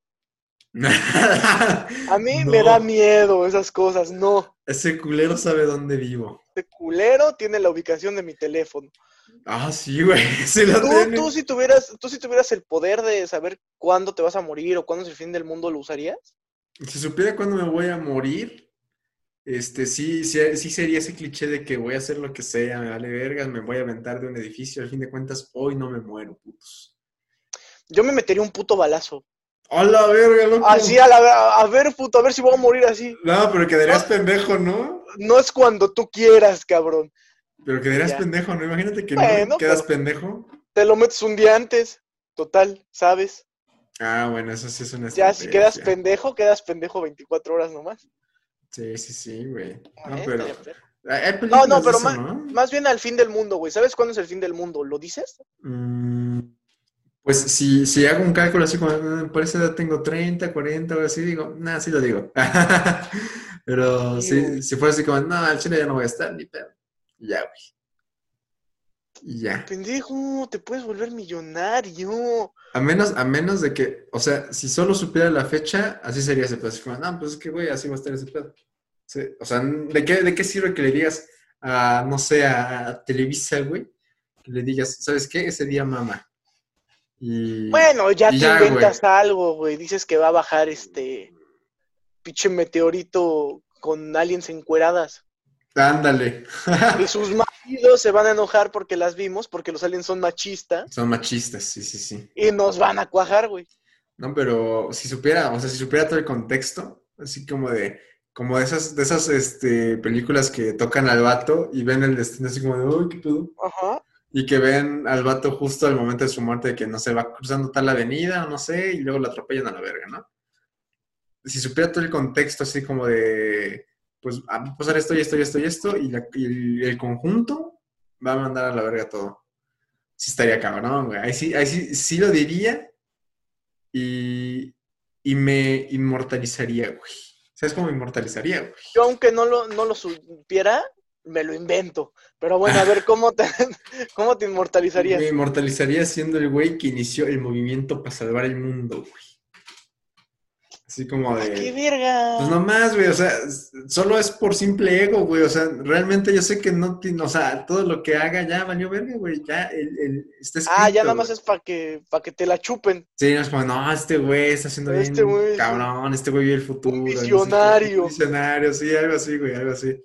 A mí me
No.
da miedo esas cosas, no.
Ese culero sabe dónde vivo.
Este culero tiene la ubicación de mi teléfono.
Ah, sí, güey. Se la
Tú,
tiene.
tú si tuvieras, tú si tuvieras el poder de saber cuándo te vas a morir o cuándo es el fin del mundo, ¿lo usarías?
Si supiera cuándo me voy a morir, este, sí, sí, sí sería ese cliché de que voy a hacer lo que sea, me vale vergas, me voy a aventar de un edificio. Al fin de cuentas, hoy no me muero, putos.
Yo me metería un puto balazo.
¡A la verga, loco!
Así a la a, a ver, puto, a ver si voy a morir así.
No, pero quedarías pendejo, ¿no?
No es cuando tú quieras, cabrón.
Pero quedarías
Ya.
pendejo, ¿no? Imagínate que no
Bueno,
quedas
pero-
pendejo.
Te lo metes un día antes. Total, ¿sabes?
Ah, bueno, eso sí es una
Ya si quedas
estrategia.
pendejo, quedas pendejo 24 horas nomás.
Sí, sí, sí, güey. No,
Eh,
Ah, pero...
estaría perro.
Hay- hay películas
no,
de
pero
eso,
ma-
¿no?
Más bien al fin del mundo, güey. ¿Sabes cuándo es el fin del mundo? ¿Lo dices?
Mm, Pues si, si hago un cálculo así, como, "Ah, por esa edad tengo 30, 40 o así, digo, nada, sí lo digo. Pero
Sí,
si,
güey.
si fuera así como, no, al chile ya no voy a estar, ni pedo. Y Ya, güey. Y ya.
Pendejo, te puedes volver millonario.
A menos, a menos de que, o sea, si solo supiera la fecha, así sería ese pedo. Así como, no, pues es que, güey, así va a estar ese pedo. Sí, O sea, ¿de qué, ¿de qué sirve que le digas a, no sé, a Televisa, güey? Que le digas, ¿sabes qué? Ese día mama. Y...
Bueno, ya
Y
te
ya, güey.
inventas algo, güey. Dices que va a bajar este pinche meteorito con aliens encueradas.
Ándale.
Y sus maridos se van a enojar porque las vimos, porque los aliens son machistas
Son machistas, sí, sí, sí.
y nos van a cuajar, güey.
No, pero si supiera, o sea, si supiera todo el contexto, así como de, como de esas, de esas este, películas que tocan al vato y ven el destino así como de, uy, qué pedo.
Ajá.
Y que ven al vato justo al momento de su muerte, de que no se va cruzando tal avenida, o no sé, y luego lo atropellan a la verga, ¿no? Si supiera todo el contexto, así como de, pues ah, va a pasar esto y esto y esto y esto, y, la- y el, el conjunto va a mandar a la verga todo. Sí estaría cabrón, güey. Ahí sí, ahí sí, sí lo diría y, y me inmortalizaría, güey. ¿Sabes cómo me inmortalizaría, güey?
Yo aunque no lo, no lo supiera, me lo invento. Pero bueno, a ver, ¿cómo te, cómo te inmortalizarías?
Me inmortalizaría siendo el güey que inició el movimiento para salvar el mundo, güey. Así como
¡Ah,
de.
¡Qué verga!
Pues nomás, güey, o sea, s- solo es por simple ego, güey, o sea, realmente yo sé que no tiene, o sea, todo lo que haga ya valió verga, güey, ya, el, el- está escrito.
ah, ya nada más
güey.
es para que, pa' que te la chupen.
Sí, no es como, no, este güey está haciendo bien,
Este güey es
cabrón, este güey vio el futuro. no sé qué,
visionario.
un visionario, sí, algo así, güey, algo así.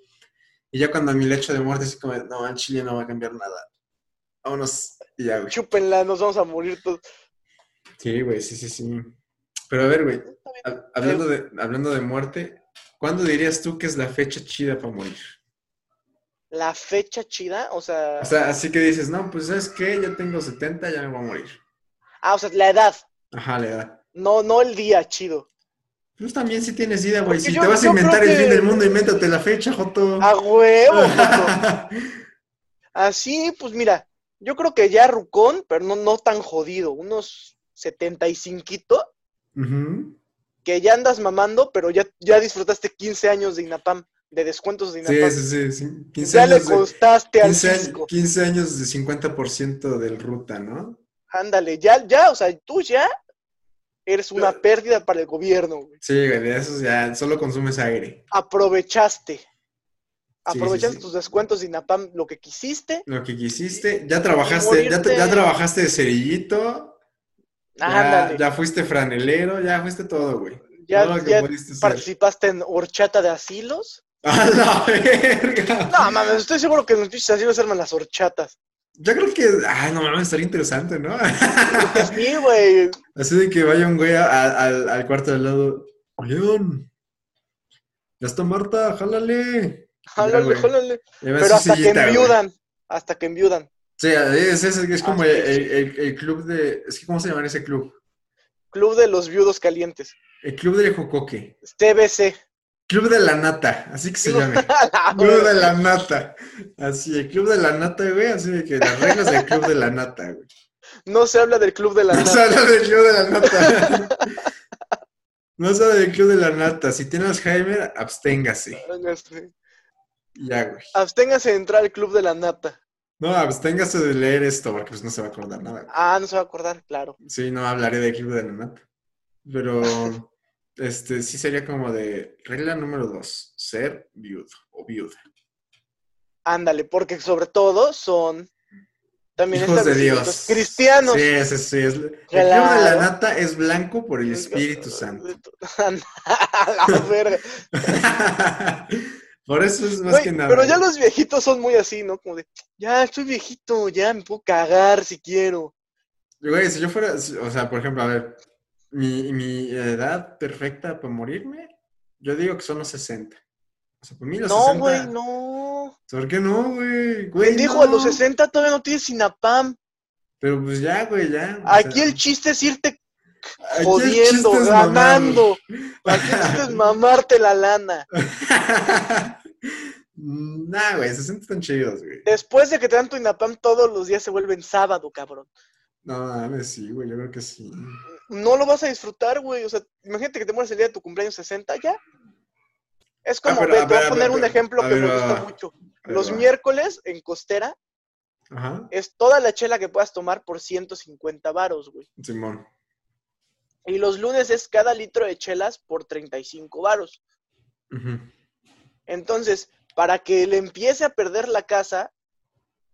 Y ya cuando a mi lecho de muerte, así como, no, en Chile no va a cambiar nada. Vámonos, y ya, güey.
Chúpenla, nos vamos a morir todos.
Sí, güey, sí, sí, sí. Pero a ver, güey, hab- hablando de, hablando de muerte, ¿cuándo dirías tú que es la fecha chida para morir?
La fecha chida, o sea...
O sea, así que dices, no, pues ¿sabes qué? Ya tengo 70, ya me voy a morir.
Ah, o sea, la edad.
Ajá, la edad.
No, no el día chido.
Pues también si tienes idea, güey.
Porque
Si
yo-
te vas a
yo
inventar
creo Ah.
el fin
que-
del mundo, invéntate la fecha, Joto.
¡A huevo! puto! Así, pues mira, yo creo que ya Rucón, pero no, no tan jodido, unos 75
Ujú.
que ya andas mamando, pero ya, ya disfrutaste 15 años de INAPAM, de descuentos de
Sí,
INAPAM.
sí, sí, sí. 15
pues, ya le
años, de,
costaste al
15 años-
fisco.
15 años de 50% del ruta, ¿no?
Ándale, ya, ya, o sea, tú ya eres una pérdida para el gobierno, güey.
Sí, güey, de esos ya solo consumes aire.
Aprovechaste.
sí,
Aprovechaste
sí.
tus descuentos de INAPAM, lo que quisiste.
Lo que quisiste, ya trabajaste,
Morirte.
ya, te- ya trabajaste de cerillito, ya,
Ándale.
ya fuiste franelero, ya fuiste todo, güey.
Ya-
Todo lo que
ya
pudiste ser.
participaste en horchata de asilos.
¡A la verga!
No, mames, estoy seguro que en los pinches asilos se arman las horchatas.
Yo creo que, ay, no mames, estaría interesante, ¿no?
Pues Sí, güey.
Así de que vaya un güey a- a- al, al cuarto del lado. León, ya está Marta, jálale.
Jálale,
güey.
jálale.
Lleva su
Pero hasta que
sillita, güey.
enviudan. Hasta que enviudan.
Sí, es, es, es como
Ah,
el,
sí, sí.
el- el- el club de. Es que, ¿cómo se llama ese club?
Club de los viudos calientes.
El club del jocoque.
TBC.
Club de la nata, así que se llame.
Ah,
Club de la nata. Así, el club de la nata, güey. Así de que las reglas del club de la nata, güey.
No se habla del club de la
No
nada.
sabe del club de la nata. No sabe del club de la nata. Si tiene Alzheimer, absténgase. Ya, güey.
Absténgase de entrar al club de la nata.
No, absténgase de leer esto porque pues no se va a acordar nada.
Ah, no se va a acordar, claro.
Sí, no hablaré del club de la nata. Pero este sí sería como de regla número dos, ser viudo o viuda.
Ándale, porque sobre todo son también
Hijos de
establecimientos
Dios.
cristianos.
Sí, sí, sí. es- El club de la
Claro.
nata es blanco por el Espíritu Santo.
A la verga.
Por eso es más
Güey,
que nada.
pero ya los viejitos son muy así, ¿no? Como de, ya estoy viejito, ya me puedo cagar si quiero.
Güey, si yo fuera, si- o sea, por ejemplo, a ver, mi, mi edad perfecta para morirme, yo digo que son los 60. O sea, para mí los
No,
60.
güey, no.
¿Por qué no, güey? Güey,
Él dijo
no.
a los 60 todavía no tienes Sinapam.
Pero pues ya, güey, ya. o
Aquí
sea,
el chiste es irte
aquí el
jodiendo,
chiste es
ganando.
mamar.
Aquí el chiste es mamarte la lana.
nah, güey, 60 están chidos, güey.
Después de que te dan tu INAPAM, todos los días se vuelven sábado, cabrón.
No, mames, sí, güey, yo creo que sí.
No lo vas a disfrutar, güey. O sea, imagínate que te mueres el día de tu cumpleaños 60 ya. Es como,
Ah, pero,
ve,
a
te voy
ver,
a
a
poner
ver,
un ejemplo
a
que
ver,
me
va,
gusta
va.
mucho.
Ahí
Los
va.
miércoles en Costera
Ajá,
es toda la chela que puedas tomar por 150 varos, güey.
Simón.
Y los lunes es cada litro de chelas por 35 varos.
Ujú.
Entonces, para que le empiece a perder la casa,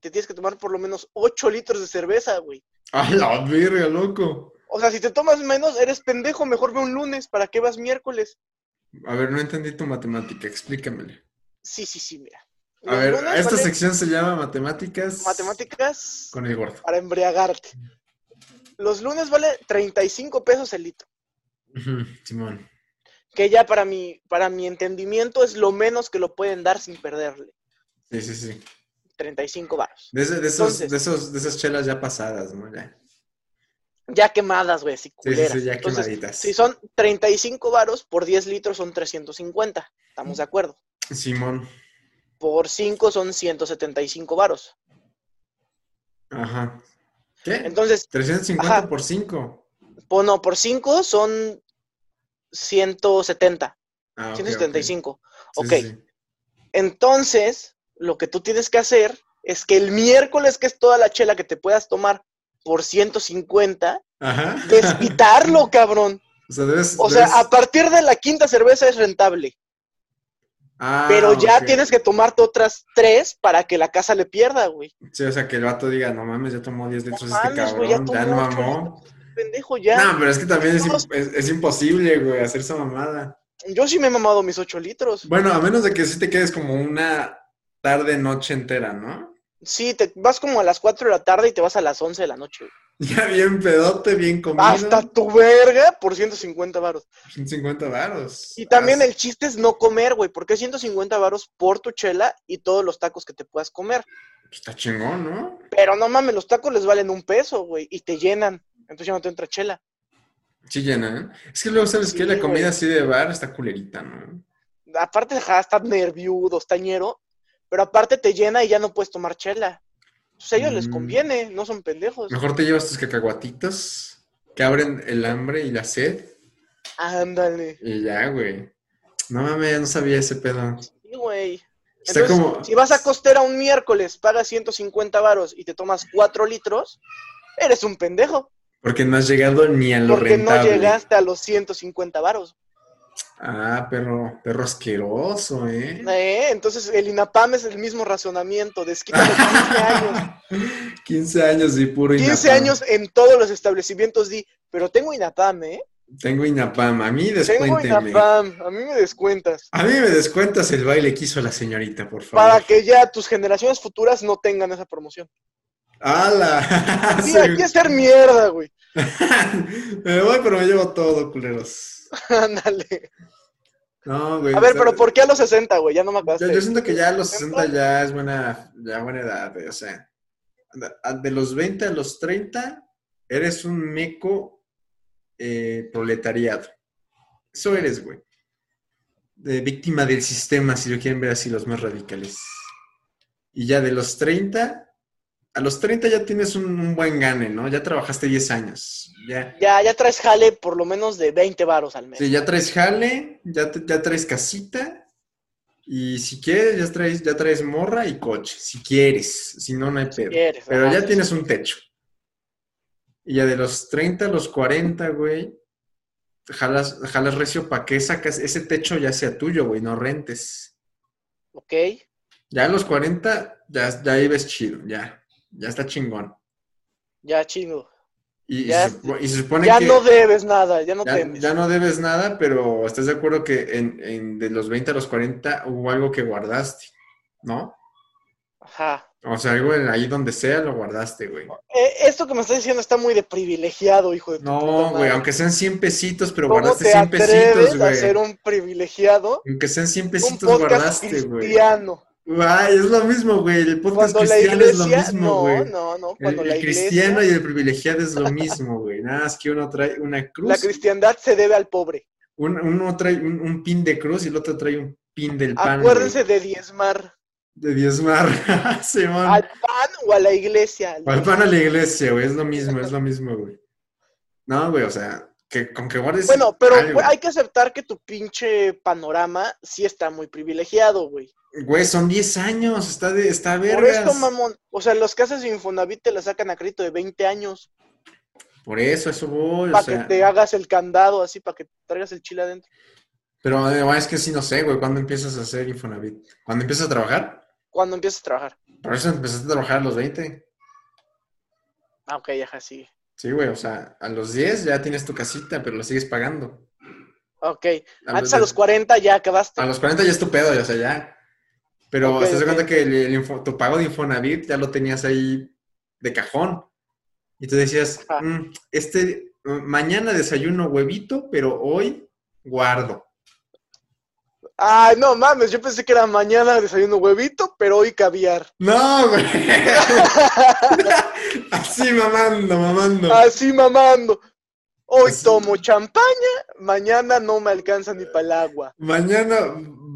te tienes que tomar por lo menos 8 litros de cerveza, güey.
A la verga, loco.
O sea, si te tomas menos, eres pendejo, mejor ve un lunes, ¿para qué vas miércoles?
A ver, no entendí tu matemática, explícamela.
Sí, sí, sí, mira.
A
Los
ver,
lunes,
esta
¿vale?
sección se llama Matemáticas.
Matemáticas
Con el gordo.
para embriagarte. Los lunes vale 35 pesos el litro,
Ujú, Simón.
que ya para mi, para mi entendimiento es lo menos que lo pueden dar sin perderle.
Sí, sí, sí.
35 varos.
De, ese- de esos,
Entonces-
de, esos, de esas chelas ya pasadas, ¿no? Ya.
Ya quemadas, güey,
Sí,
así
sí,
culeras.
sí, ya
Entonces,
quemaditas.
si son 35 varos por 10 litros son 350, estamos de acuerdo.
Simón.
Por 5 son 175 varos.
Ajá. ¿Qué?
Entonces,
350
ajá.
por 5.
po- no, por 5 son 170,
Ah, ok, ok.
175.
Sí,
Ok.
sí, sí.
Entonces, lo que tú tienes que hacer es que el miércoles, que es toda la chela que te puedas tomar por 150,
Ajá.
desquitarlo, cabrón.
O sea, debes.
O sea,
debes-
a partir de la quinta cerveza es rentable,
Ah,
pero ya
ok.
tienes que tomarte otras tres para que la casa le pierda, güey.
Sí, o sea, que el vato diga, no mames, ya tomó 10 litros este
mames,
cabrón,
güey, ya
ya no
tomó ocho
mamó.
Pendejo, ya.
No, pero es que también es,
Todos-
es- es imposible, güey, hacer esa mamada.
Yo sí me he mamado mis ocho litros.
Bueno, a menos de que sí te quedes como una tarde, noche entera, ¿no?
Sí, te vas como a las cuatro de la tarde y te vas a las once de la noche. güey.
Ya bien pedote, bien comido.
Hasta tu verga por 150 varos.
150 varos.
Y también
Ah,
el chiste es no comer, güey, porque es 150 varos por tu chela y todos los tacos que te puedas comer.
pues, Está chingón, ¿no?
Pero no mames, los tacos les valen un peso, güey, y te llenan. Entonces ya no te entra chela.
Sí llena, ¿eh? Es que luego, ¿sabes
Sí,
qué? La comida
güey.
así de bar está culerita, ¿no?
Aparte, ja, estás nerviudo, tañero, pero aparte te llena y ya no puedes tomar chela. Pues a ellos les
Mm.
conviene, no son pendejos.
Mejor te llevas tus cacahuatitos que abren el hambre y la sed
Ándale.
y ya, güey. No mames, no sabía ese pedo.
Sí, güey.
Está
Entonces,
como...
Si vas a costera un miércoles, pagas 150 varos y te tomas 4 litros, eres un pendejo.
Porque no has llegado ni a lo
Porque no
rentable.
llegaste a los 150 varos.
Ah, perro, perro asqueroso, ¿eh?
Eh, Entonces el INAPAM es el mismo razonamiento. Desquítame 15 años.
15 años y puro
15
Inapam.
años en todos los establecimientos di, pero tengo INAPAM, ¿eh?
Tengo Inapam, a mí
Tengo
descuéntenme.
INAPAM, a mí me descuentas.
A mí me descuentas el baile que hizo la señorita, por favor.
Para que ya tus generaciones futuras no tengan esa promoción.
¡Hala!
Sí,
Se-
hay que hacer mierda, güey.
me voy, pero me llevo todo, culeros.
Ándale.
No, güey.
A ver,
está-
pero ¿por qué a los 60, güey? Ya no me acabaste.
Yo, yo siento que ya a los 60 ya es buena, ya buena edad, güey, o sea, de- de los 20 a los 30 eres un meco eh, proletariado. Eso eres, güey. De víctima del sistema, si lo quieren ver así los más radicales. Y ya de los 30, a los 30 ya tienes un, un buen gane, ¿no? Ya trabajaste 10 años. Ya,
Ya, ya traes jale por lo menos de 20 varos al mes.
Sí, ya traes jale, ya, te- ya traes casita y si quieres ya traes, ya traes morra y coche, si quieres, si no, no hay pedo.
quieres,
Pero
ajá,
ya
sí,
tienes un techo. Y ya de los 30 a los 40, güey, jalas, jalas recio para que sacas ese techo ya sea tuyo, güey, no rentes.
Ok.
Ya a los 40 ya, ya vives chido, ya, ya está chingón.
Ya, chingo.
Y, y
Ya-
se, supo- y se supone
Ya
que...
no debes nada, ya no
Ya,
temes.
ya no debes nada, pero estás de acuerdo que en, en- de los 20 a los 40 hubo algo que guardaste, ¿no?
Ajá.
O sea, algo en- ahí donde sea lo guardaste, güey.
Eh, esto que me estás diciendo está muy de privilegiado, hijo de tu puta
No,
madre.
güey, aunque sean 100 pesitos, pero
¿Cómo
guardaste
te
100 pesitos,
atreves a ser
güey.
un privilegiado?
Aunque sean 100
Un
pesitos
podcast
guardaste, güey.
cristiano.
Ay, es lo mismo, güey. El podcast
Cuando la
cristiano es lo
iglesia.
mismo,
No,
güey.
no, no.
El,
Cuando
el
la
cristiano
iglesia.
y el privilegiado es lo mismo, güey. Nada, es que uno trae una
La
cruz,
cristiandad se debe al pobre.
un- uno trae un, un pin de cruz y el otro trae un pin del pan. güey.
Acuérdense de diezmar.
De diezmar, Simón.
¿Al pan o a la iglesia?
O Al pan a la iglesia, güey. Es lo mismo, es lo mismo, güey. No, güey, o sea, que con que guardes.
Bueno, pero
algo.
güey, hay que aceptar que tu pinche panorama sí está muy privilegiado, güey.
Güey, son 10 años, está de, está vergas.
Por esto, mamón. O sea, los casas de Infonavit te la sacan a crédito de 20 años.
Por eso, eso voy, o
para
sea.
que te hagas el candado así, para que traigas el chile adentro.
Pero además es que sí, no sé, güey, ¿cuándo empiezas a hacer Infonavit? ¿Cuándo empiezas a trabajar?
Cuando empieces a trabajar.
Por eso empezaste a trabajar a los 20.
Ah, ok, ajá, sí.
Sí, güey, o sea, a los 10 ya tienes tu casita, pero la sigues pagando.
Ok.
A
Antes a los 40 ya acabaste.
A los 40 ya es tu pedo, ya, o sea, ya. Pero
Ok,
te das
ok.
cuenta que el, el info- tu pago de Infonavit ya lo tenías ahí de cajón. Y tú decías,
Ajá.
"Mm, este, mm, mañana desayuno huevito, pero hoy guardo.
Ay, no mames, yo pensé que era mañana desayuno huevito, pero hoy caviar.
No, güey. Así mamando, mamando.
Así mamando. Hoy
Así.
tomo champaña, mañana no me alcanza ni para el agua.
Mañana,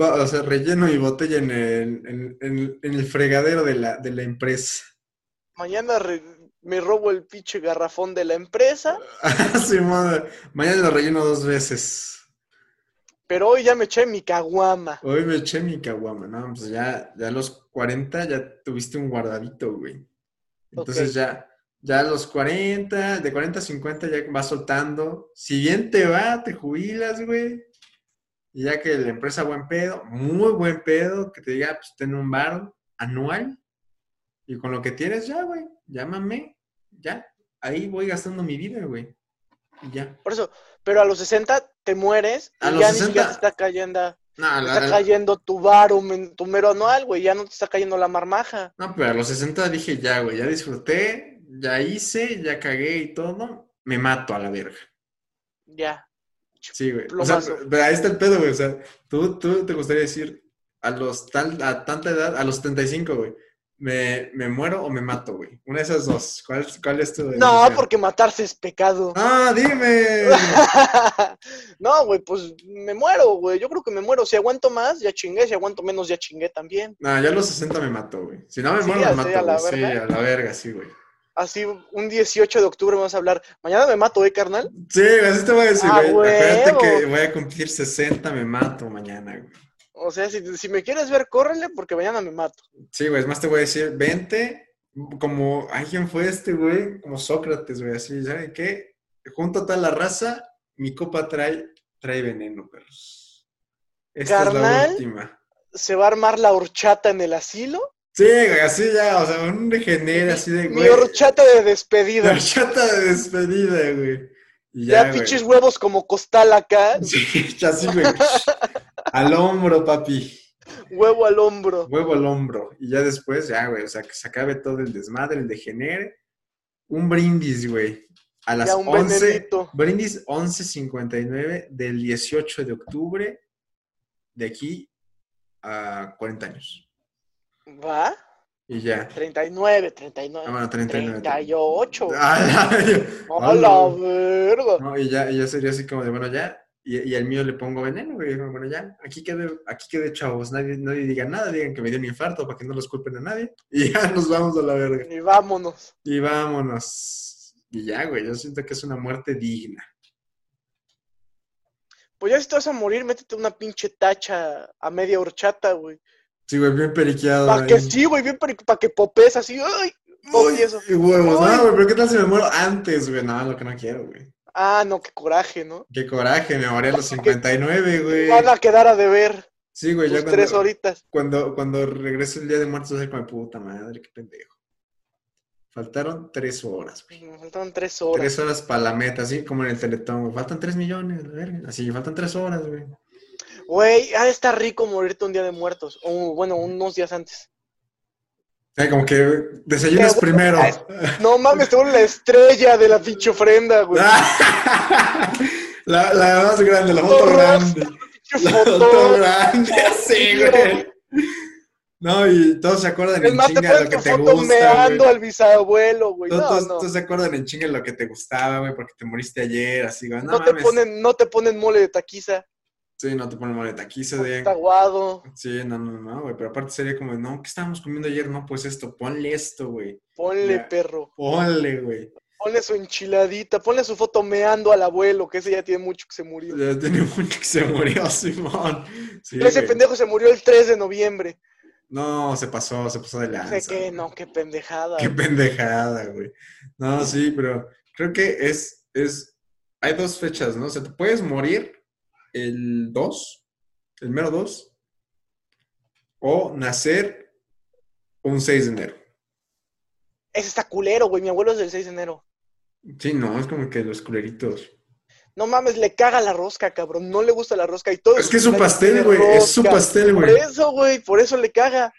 va- o sea, relleno mi botella en el, en- en- en el fregadero de la, de la empresa.
Mañana re- me robo el pinche garrafón de la empresa,
Así, madre. Mañana lo relleno dos veces.
pero hoy ya me eché mi caguama.
Hoy me eché mi caguama, ¿no? Pues ya, ya a los 40 ya tuviste un guardadito, güey. Entonces
Ok.
ya, ya a los 40, de 40 a 50 ya vas soltando. Si bien te va, te jubilas, güey. Y ya que la empresa buen pedo, muy buen pedo, que te diga, pues ten un bar anual. Y con lo que tienes ya, güey, llámame, ya. Ahí voy gastando mi vida, güey. Y ya.
Por eso, pero a los 60 te mueres
A
y
los
ya ni
60
siquiera te está cayendo.
No,
Te
la-
está
la-
cayendo tu varo, men- tu mero anual, güey. Ya no te está cayendo la marmaja.
No, pero a los 60 dije ya, güey, ya disfruté, ya hice, ya cagué y todo, me mato a la verga.
Ya.
Sí, güey. O sea,
Plomazo.
pero ahí está el pedo, güey. O sea, tú, tú te gustaría decir a los tal, a tanta edad, a los 75, güey. me, me muero o me mato, güey. Una de esas dos. ¿Cuál, cuál es tu
No,
decisión?
porque matarse es pecado.
¡Ah, dime! Ah.
no, güey, pues me muero, güey. Yo creo que me muero. Si aguanto más, ya chingué. Si aguanto menos, ya chingué también.
No, yo a los 60 me mato, güey. Si no me
Sí,
muero, me
así
mato,
a la
güey. Sí,
verga.
a la verga, sí, güey.
Así, un 18 de octubre vamos a hablar. Mañana me mato, ¿eh, carnal?
Sí, así te voy a decir,
Ah,
güey. Acuérdate
huevo.
que voy a cumplir 60, me mato mañana, güey.
O sea, si, si me quieres ver, córrele porque mañana me mato.
Sí, güey, es más te voy a decir, 20, como, ay, ¿quién fue este, güey? Como Sócrates, güey, así, ¿saben qué? Junto a toda la raza, mi copa trae, trae veneno, perros. Esta es la
Carnal.
última.
Se va a armar la horchata en el asilo.
Sí, güey, así ya, o sea, un degenere así de,
Mi
güey.
horchata de
La
despedida.
horchata de despedida, güey. Y
Ya,
ya, güey.
pinches huevos como costal acá,
Sí, ya sí, güey. Al hombro, papi.
huevo al hombro.
Huevo al hombro. Y ya después, ya, güey, o sea, que se acabe todo el desmadre, el degenere. Un brindis, güey. A las
Ya, un
11.
venenito.
Brindis 11.59 del 18 de octubre de aquí a 40 años.
¿Va?
Y ya.
39,
Ah,
39.
bueno, 39.
38.
Ah,
A la verga.
No, y ya, y ya sería así como de, bueno, ya. Y, y al mío le pongo veneno, güey. y Bueno, ya. Aquí quede, aquí quede chavos. Nadie, nadie diga nada. Digan que me dio un infarto para que no los culpen a nadie. Y ya nos vamos a la verga.
Y vámonos.
Y vámonos. Y ya, güey. Yo siento que es una muerte digna.
Pues ya si te vas a morir, métete una pinche tacha a media horchata, güey.
Sí, güey, bien periqueado.
Para
ahí.
que sí, güey, bien para que popes así. ¡Ay!
Uy,
Ah, y eso.
y huevos.
Uy.
No, güey, pero ¿qué tal si me muero antes, güey? No, lo que no quiero, güey.
Ah, no, qué coraje, ¿no?
Qué coraje, me morí a los 59, güey.
Van a quedar a deber
Sí, güey, Pues ya
tus tres
cuando,
horitas.
cuando, cuando regrese el Día de Muertos, voy a ser como, puta madre, qué pendejo. Faltaron tres horas, güey.
Me faltaban tres horas.
Tres horas para la meta, así como en el Teletón, güey. Faltan tres millones, la verga. Así, faltan tres horas, güey.
Güey, ha de estar rico morirte un día de muertos. O bueno, unos días antes.
O sea, como que desayunas
Te
primero.
No mames, te vuelves la estrella de la pinche ofrenda, güey.
Ah, la, la más grande, la foto grande.
Pinche
Todo
fotón.
grande, así, güey. No, y todos se acuerdan
Es
en
más, te
chinga de lo
pones
que
tu
te
foto
gusta.
meando
güey.
al bisabuelo, güey.
Todos,
No,
todos-
no.
todos se acuerdan en chinga de lo que te gustaba, güey, porque te moriste ayer, así, güey. No,
No te,
mames.
ponen, no te ponen mole de taquiza,
Sí, no te ponen maleta. Aquí se
porque
de.
está aguado.
Sí, no, no, no, güey. Pero aparte sería como, no, ¿qué estábamos comiendo ayer? No, pues esto, ponle esto, güey.
Ponle,
Ya.
perro.
Ponle, güey.
Ponle su enchiladita. Ponle su foto meando al abuelo, que ese ya tiene mucho que se murió.
Ya tiene mucho que se murió, Simón. Sí,
ese
güey.
pendejo se murió el 3 de noviembre.
No, se pasó, se pasó de lanza.
Sé que no, qué pendejada.
Qué pendejada, güey. No, sí, pero creo que es, es, hay dos fechas, ¿no? O sea, te puedes morir el 2, el mero 2, o nacer un 6 de enero.
Ese está culero, güey. Mi abuelo es del 6 de enero.
Sí, no, es como que los culeritos.
No mames, le caga la rosca, cabrón. No le gusta la rosca y todo.
Es que es su
cumpleaños
pastel,
tiene
güey, es su
rosca.
pastel,
Por
güey.
eso, güey, por eso le caga.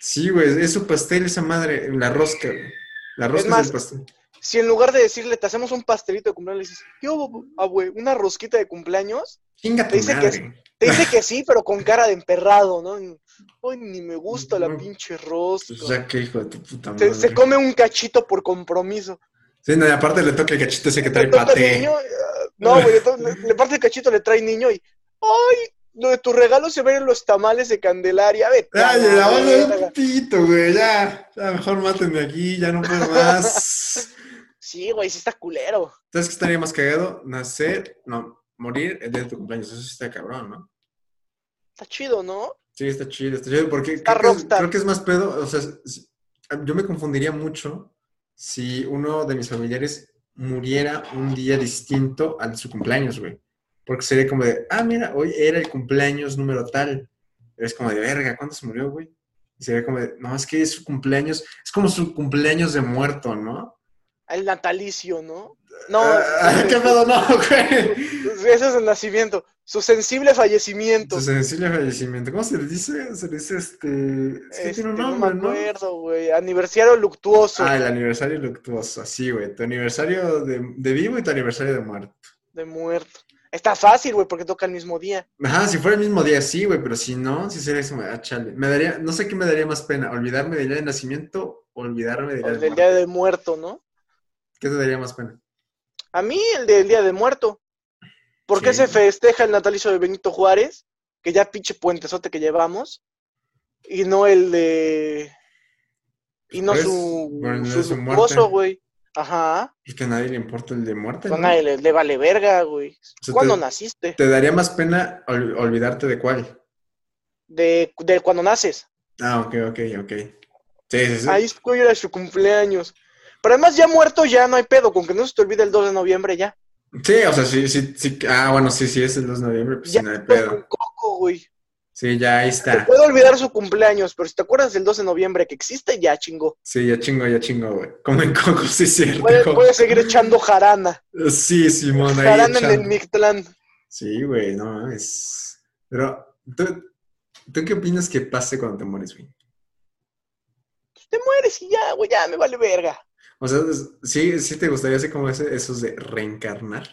Sí, güey, es su pastel esa madre, la rosca, güey. La rosca es,
más,
el pastel.
Si en lugar de decirle, te hacemos un pastelito de cumpleaños, le dices, ¿qué hubo, ah, güey? ¿Una rosquita de cumpleaños?
Chinga tu
dice que es-
madre.
Te dice que sí, pero con cara de emperrado, ¿no? Hoy ni me gusta la
No.
pinche rosca.
Pues ya que hijo de tu puta madre.
Se, se come un cachito por compromiso.
Sí, no, y aparte le toca el cachito ese que trae
Le toca al
paté.
niño, ah, no, güey, entonces le, le parte el cachito, le trae niño y. ¡Ay! Lo de tu regalo se ven en los tamales de Candelaria. Vete. a
Ay,
la
la voz Ah, de
verga.
un pito, güey, ya. Ya, mejor mátenme aquí, ya no puedo más.
Sí, güey, sí está culero.
¿Sabes qué estaría más cagado? Nacer, no, morir el día de tu cumpleaños. Eso sí está cabrón, ¿no?
Está chido, ¿no?
Sí, está chido, está chido, porque
Está
creo que, es,
rockstar.
creo que es más pedo, o sea, si- yo me confundiría mucho si uno de mis familiares muriera un día distinto al de su cumpleaños, güey. Porque sería como de, ah, mira, hoy era el cumpleaños número tal. Es como de, verga, ¿cuándo se murió, güey? Y sería como de, no, es que es su cumpleaños, es como su cumpleaños de muerto, ¿no?
El natalicio, ¿no? No,
Ah,
ese-
¿Qué pedo, no, güey?
ese es el nacimiento. Su sensible fallecimiento.
Entonces, sensible fallecimiento. ¿Cómo se le dice? Se le dice este. Es que
Este,
tiene un
no
nombre,
me
¿no?
acuerdo, güey. Aniversario luctuoso
Ah, el aniversario luctuoso, sí, güey. Tu aniversario de, de vivo y tu aniversario de muerto.
de muerto. Está fácil, güey, porque toca el mismo día.
Ajá, si fuera el mismo día, sí, güey, pero si no, si sería como, ah, chale. Me daría, no sé qué me daría más pena, olvidarme del día de nacimiento o olvidarme del
O
día
el
de
Pues del día
muerte.
de muerto, ¿no?
¿Qué te daría más pena?
A mí el del día de muerto. ¿Por qué
Sí.
se festeja el natalicio de Benito Juárez? Que ya pinche puentesote que llevamos. Y no el de. Y no
Pues,
su.
bueno,
su,
su muerte.
luctuoso, güey. Ajá.
Es que a nadie le importa el de muerte.
A
Pues ¿no?
nadie le, le vale verga, güey.
sea,
Pues ¿Cuándo
te-
naciste?
Te daría más pena ol- olvidarte de cuál.
De, de cuando naces.
Ah, ok, ok, ok. Sí, sí, sí.
Ahí es cuando era su cumpleaños. Pero además, ya muerto, ya no hay pedo. Con que no se te olvide el 2 de noviembre, ya.
Sí, o sea, sí, sí, sí. Ah, bueno, sí, sí, es el 2 de noviembre, pues
Ya
sí, no hay
estás con
pedo.
coco, güey.
Sí, ya ahí está.
Puedo olvidar su cumpleaños, pero si te acuerdas del 2 de noviembre que existe, ya chingo.
Sí, ya chingo, ya chingo, güey. Como en Coco, sí, es cierto.
Puedes, puedes seguir echando jarana.
Sí, Simón, ahí
Jarana en el
echando.
Mictlán.
Sí, güey, no es. Pero, ¿tú, ¿tú qué opinas que pase cuando te mueres, güey?
Te mueres y ya, güey, ya me vale verga.
O sea, es- sí, sí te gustaría hacer como ese, esos de reencarnar.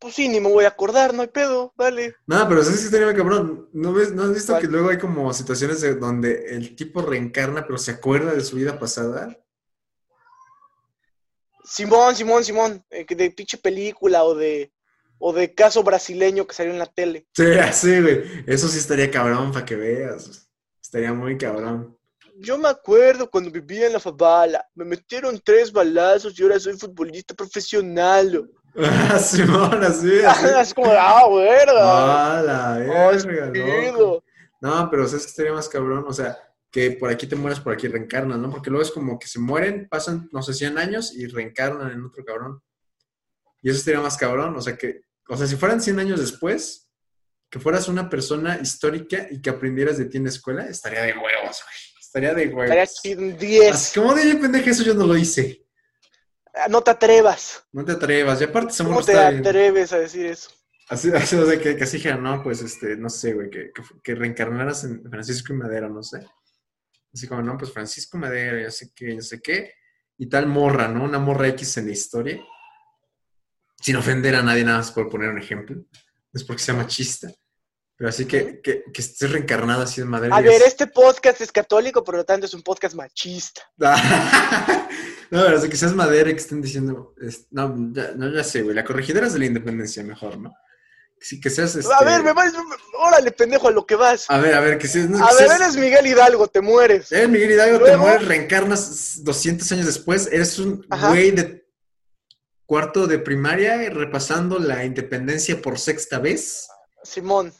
Pues sí, ni me voy a acordar, no hay pedo, dale.
No, pero ¿sabes qué estaría bien cabrón? ¿No, ves, ¿No has visto
¿Cuál?
que luego hay como situaciones de donde el tipo reencarna, pero se acuerda de su vida pasada?
Simón, Simón, Simón, eh, que de pinche película o de, o de caso brasileño que salió en la tele.
Sí, así, güey. Eso sí estaría cabrón, para que veas. Estaría muy cabrón.
Yo me acuerdo cuando vivía en la favela, me metieron tres balazos y ahora soy futbolista profesional.
Ah, Simón, así, así.
es como, ah, verga.
Ah, la
Oh, es
verga, loco.
chido.
No, pero ¿sabes qué estaría más cabrón? O sea, que por aquí te mueras, por aquí reencarnas, ¿no? Porque luego es como que se mueren, pasan, no sé, 100 años y reencarnan en otro cabrón. Y eso estaría más cabrón. O sea, que, o sea, si fueran 100 años después, que fueras una persona histórica y que aprendieras de ti en la escuela, estaría de huevos, güey. Estaría de huevos.
Estaría chido un 10.
Así como de pendeja, eso yo no lo hice.
Ah, No te atrevas.
No te atrevas. Y aparte, se
¿Cómo te
está bien.
atreves a decir eso?
Así, así, o sea, que, que así dijera, no, pues, este, no sé, güey, que, que, que reencarnaras en Francisco y Madero, no sé. Así como, no, pues Francisco y Madero, yo sé qué, yo sé qué. Y tal morra, ¿no? Una morra X en la historia. Sin ofender a nadie, nada más por poner un ejemplo. No es porque sea machista. Pero así que, que, que estés reencarnado así en Madero.
A
y digas,
ver, este podcast es católico, por lo tanto es un podcast machista.
no, pero o sea, que seas madera y que estén diciendo. es- no, ya, no, ya sé, güey. La corregidora es de la independencia, mejor, ¿no? Sí, que seas. Este,
A ver, me vas, órale, pendejo, a lo que vas.
A ver, a ver, que seas. no,
A
Ah, que Eh,
ver,
seas-
eres Miguel Hidalgo, te mueres.
eres Miguel Hidalgo, te
Luego-
mueres, reencarnas 200 años después. Eres un
Ajá.
güey de cuarto de primaria y repasando la independencia por sexta vez.
Simón,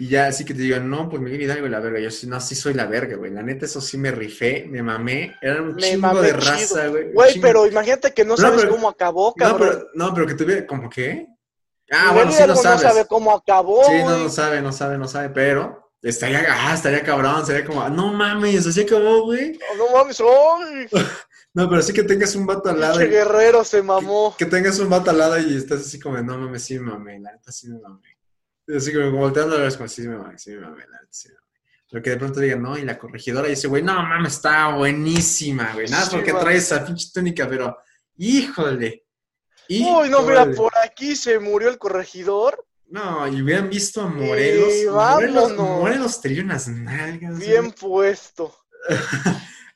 Y ya así que te digan, no, pues Miguel Hidalgo, la verga. Yo sí, no, sí soy la verga, güey. La neta, eso sí me rifé, me mamé. Era un
me
chingo
mamé
de
chido.
raza, güey. un
Güey,
chingo-
pero imagínate que no
eh, No,
sabes
pero-
cómo
No,
acabó, cabrón.
pero, no, pero que tuviera, ¿como qué? Ah,
Miguel
bueno, sí
Hidalgo
no sabes.
no sabe cómo acabó,
sí, no,
güey.
no sabe, no sabe, no sabe, pero estaría, ah, estaría cabrón, sería como, ah, no mames, así acabó, güey.
No, mames, ¡ay!
No, pero sí que tengas un vato al lado.
Pinche
y-
guerrero se
que,
mamó.
que tengas un vato al lado y estás así como, no mames, sí me mamé, la neta sí me mamé. Y Así como volteando a ver, es como, sí me mamé, sí me mamé, la neta sí me mamé. Pero que de pronto digan, no, y la corregidora dice, güey, no mames, está buenísima, güey. Nada más
Sí,
porque
va.
traes esa pinche túnica, pero, híjole.
Uy, no, mira,
híjole.
por aquí se murió el corregidor.
No, y hubieran visto a Morelos.
Sí,
Morelos,
vámonos.
Morelos tenía unas nalgas.
Bien
güey.
puesto.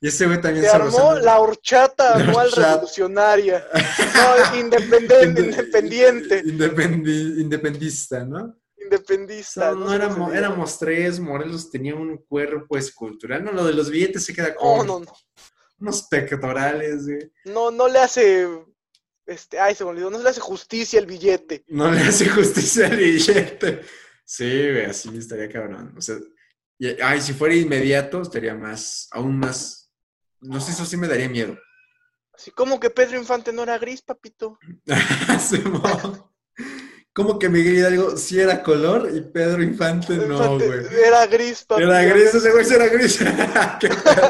Y ese güey también
Se armó
abrazaba.
la horchata
La
anual
horchata.
revolucionaria. No,
Inde-
independen- independiente,
independi- independista, ¿no?
independista.
No,
no
no
sé
éramos,
cómo se diga.
éramos tres, Morelos tenía un cuerpo escultural. No, lo de los billetes se queda
No,
con
Oh, no, no.
unos pectorales, güey.
No, no le hace. Este, ay, se me olvidó. No le hace justicia el billete.
No le hace justicia al billete. Sí, güey, así estaría cabrón. O sea, y- ay, si fuera inmediato, estaría más, aún más. No sé, eso sí me daría miedo.
Así como que Pedro Infante no era gris, papito.
Simón. Como que Miguel Hidalgo sí era color y Pedro Infante no,
Infante
güey.
era gris, papito.
Era gris, ese güey sí era gris. Qué pedo.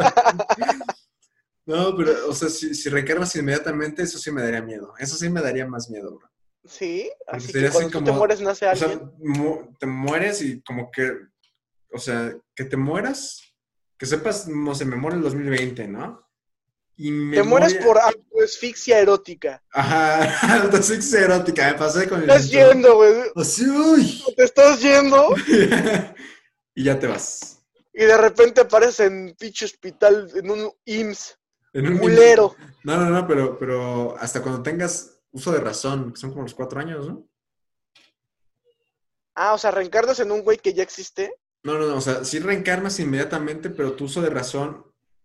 no, pero, o sea, si, si reencarnas inmediatamente, eso sí me daría miedo. Eso sí me daría más miedo, bro.
Sí, así
Pues sería
que
así
cuando tú te
como-
mueres nace
O sea,
alguien.
mu- te mueres y como que, o sea, que te mueras, que sepas, no sé, me muero en el 2020, ¿no? Y
Te mueres por asfixia erótica.
Ajá, entonces erótica, me pasé con el...
Estás
cinturón.
yendo, güey.
Así, uy.
Te estás yendo
y ya te vas.
y de repente apareces en pinche hospital, en un IMSS,
En un
culero.
No, no, no, pero, pero hasta cuando tengas uso de razón, que son como los cuatro años, ¿no?
Ah, o sea, reencarnas en un güey que ya existe.
No, no, no, o sea, sí reencarnas inmediatamente, pero tu uso de razón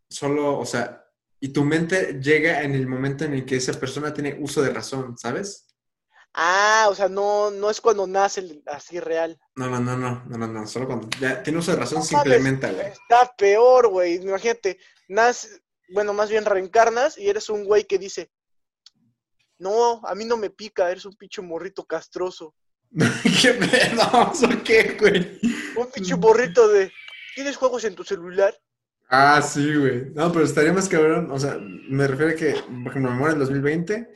solo, o sea, y tu mente llega en el momento en el que esa persona tiene uso de razón, ¿sabes?
Ah, o sea, no, no es cuando nace el- así real.
No, no, no, no, no, no, no, solo cuando ya tiene uso de razón
No
se
mames.
implementa, güey.
Está peor, güey. Imagínate, nace, bueno, más bien reencarnas y eres un güey que dice, no, a mí no me pica, eres un pinche morrito castroso.
¿Qué pedo? ¿Eso qué, güey?
Un pinche
Mm.
morrito de, ¿tienes juegos en tu celular?
Ah, sí, güey. No, pero estaría más cabrón. O sea, me refiero a que, por ejemplo, me muero en 2020,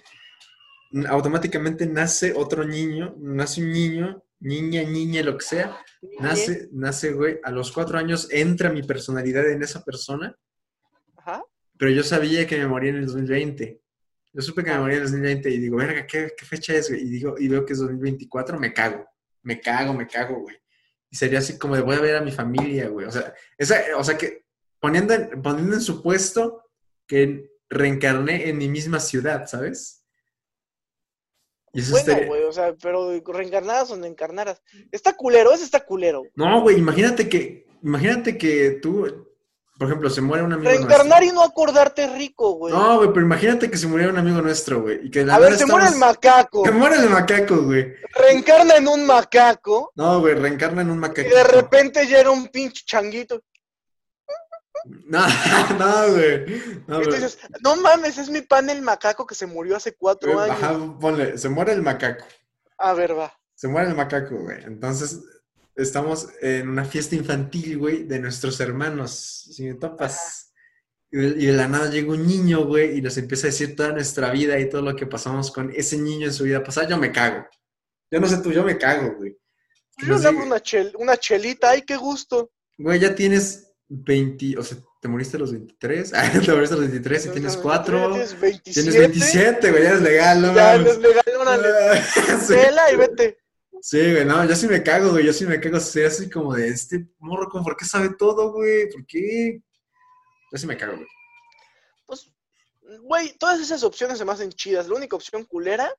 n- automáticamente nace otro niño, nace un niño, niña, niña, lo que sea. Nace, nace, güey, a los cuatro años entra mi personalidad en esa persona,
Ajá.
pero yo sabía que me moría en el 2020. Yo supe que me moría en el 2020 y digo, verga, ¿qué, qué fecha es, güey? Y, digo, y veo que es 2024, me cago, me cago, me cago, güey. Y sería así como de voy a ver a mi familia, güey. O sea, esa, o sea que poniendo, en- poniendo en su puesto que reencarné en mi misma ciudad, ¿sabes? Y eso
Bueno,
estaría-
güey, o sea, pero reencarnadas donde encarnaras. Está culero, ese está culero.
No, güey, imagínate que, imagínate que tú, por ejemplo, se muere un amigo
Reencarnar
nuestro.
y no acordarte rico, güey.
No, güey, pero imagínate que se muriera un amigo nuestro, güey. Y que de la
a ver,
nada
se muere el
estamos-
macaco.
Se muere el macaco, güey.
Reencarna en un macaco
No, güey, reencarna en un
y
macaco.
de repente ya era un pinche changuito.
No, no, güey. No,
Y tú
güey.
dices, no mames, es mi pan el macaco que se murió hace cuatro años.
Eh, Ajá, ponle, se muere el macaco.
A ver, va.
Se muere el macaco, güey. Entonces, estamos en una fiesta infantil, güey, de nuestros hermanos, si me topas. Y de, y de la nada llega un niño, güey, y nos empieza a decir toda nuestra vida y todo lo que pasamos con ese niño en su vida pasada. Yo me cago. Yo no sé tú, yo me cago, güey. Que
Yo
nos
le hago
diga,
una, chel- una chelita, ay, qué gusto.
Güey, ya tienes 20, o sea, te moriste a los 23. Ah, te moriste a los 23 y tienes 4.
Tienes
Tienes
27.
27, güey, ya es legal, no
Ya
mames. Ah,
les regalaron a la
Sí.
tela y vete.
Sí, güey, no, yo sí me cago, güey, yo sí me cago, soy así como de este morro, como, ¿por qué sabe todo, güey? ¿Por qué? Yo sí me cago, güey.
Pues, güey, todas esas opciones se me hacen chidas. La única opción culera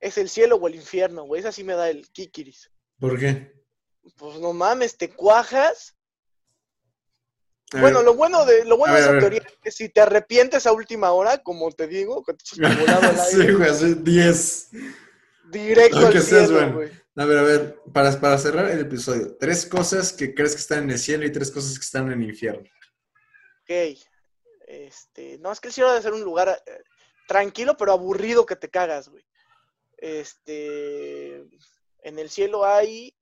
es el cielo o el infierno, güey. Esa sí me da el kikiris.
¿Por qué?
Pues no mames, te cuajas.
A
Bueno,
ver,
lo bueno de, lo bueno
A
de
ver,
esa
a ver.
teoría es que si te arrepientes a última hora, como te digo, que te fuiste volado al aire,
sí, güey, así, 10.
directo
Aunque
al
seas
cielo,
bueno.
güey.
A ver, a ver, para, para cerrar el episodio, tres cosas que crees que están en el cielo y tres cosas que están en el infierno.
Ok. Este, no, es que el cielo debe ser un lugar eh, tranquilo, pero aburrido que te cagas, güey. Este, en el cielo hay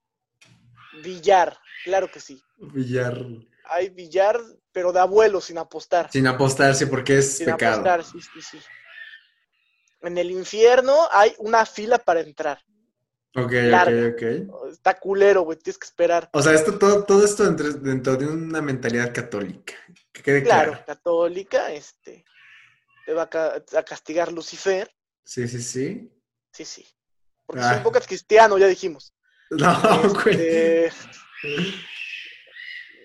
billar, claro que sí.
Villar.
Hay billar, pero de abuelo, sin apostar.
Sin apostarse porque es
sin
pecado.
apostar, sí, sí, sí. En el infierno hay una fila para entrar.
Ok,
Larga.
ok, ok.
Está culero, güey, tienes que esperar.
O sea, esto, todo, todo esto dentro, dentro de una mentalidad católica. Que quede claro.
Claro, católica, este, te va a ca- a castigar Lucifer.
Sí, sí, sí.
Sí, sí. Porque
Ah.
son pocas cristianos, ya dijimos.
No, güey.
Este,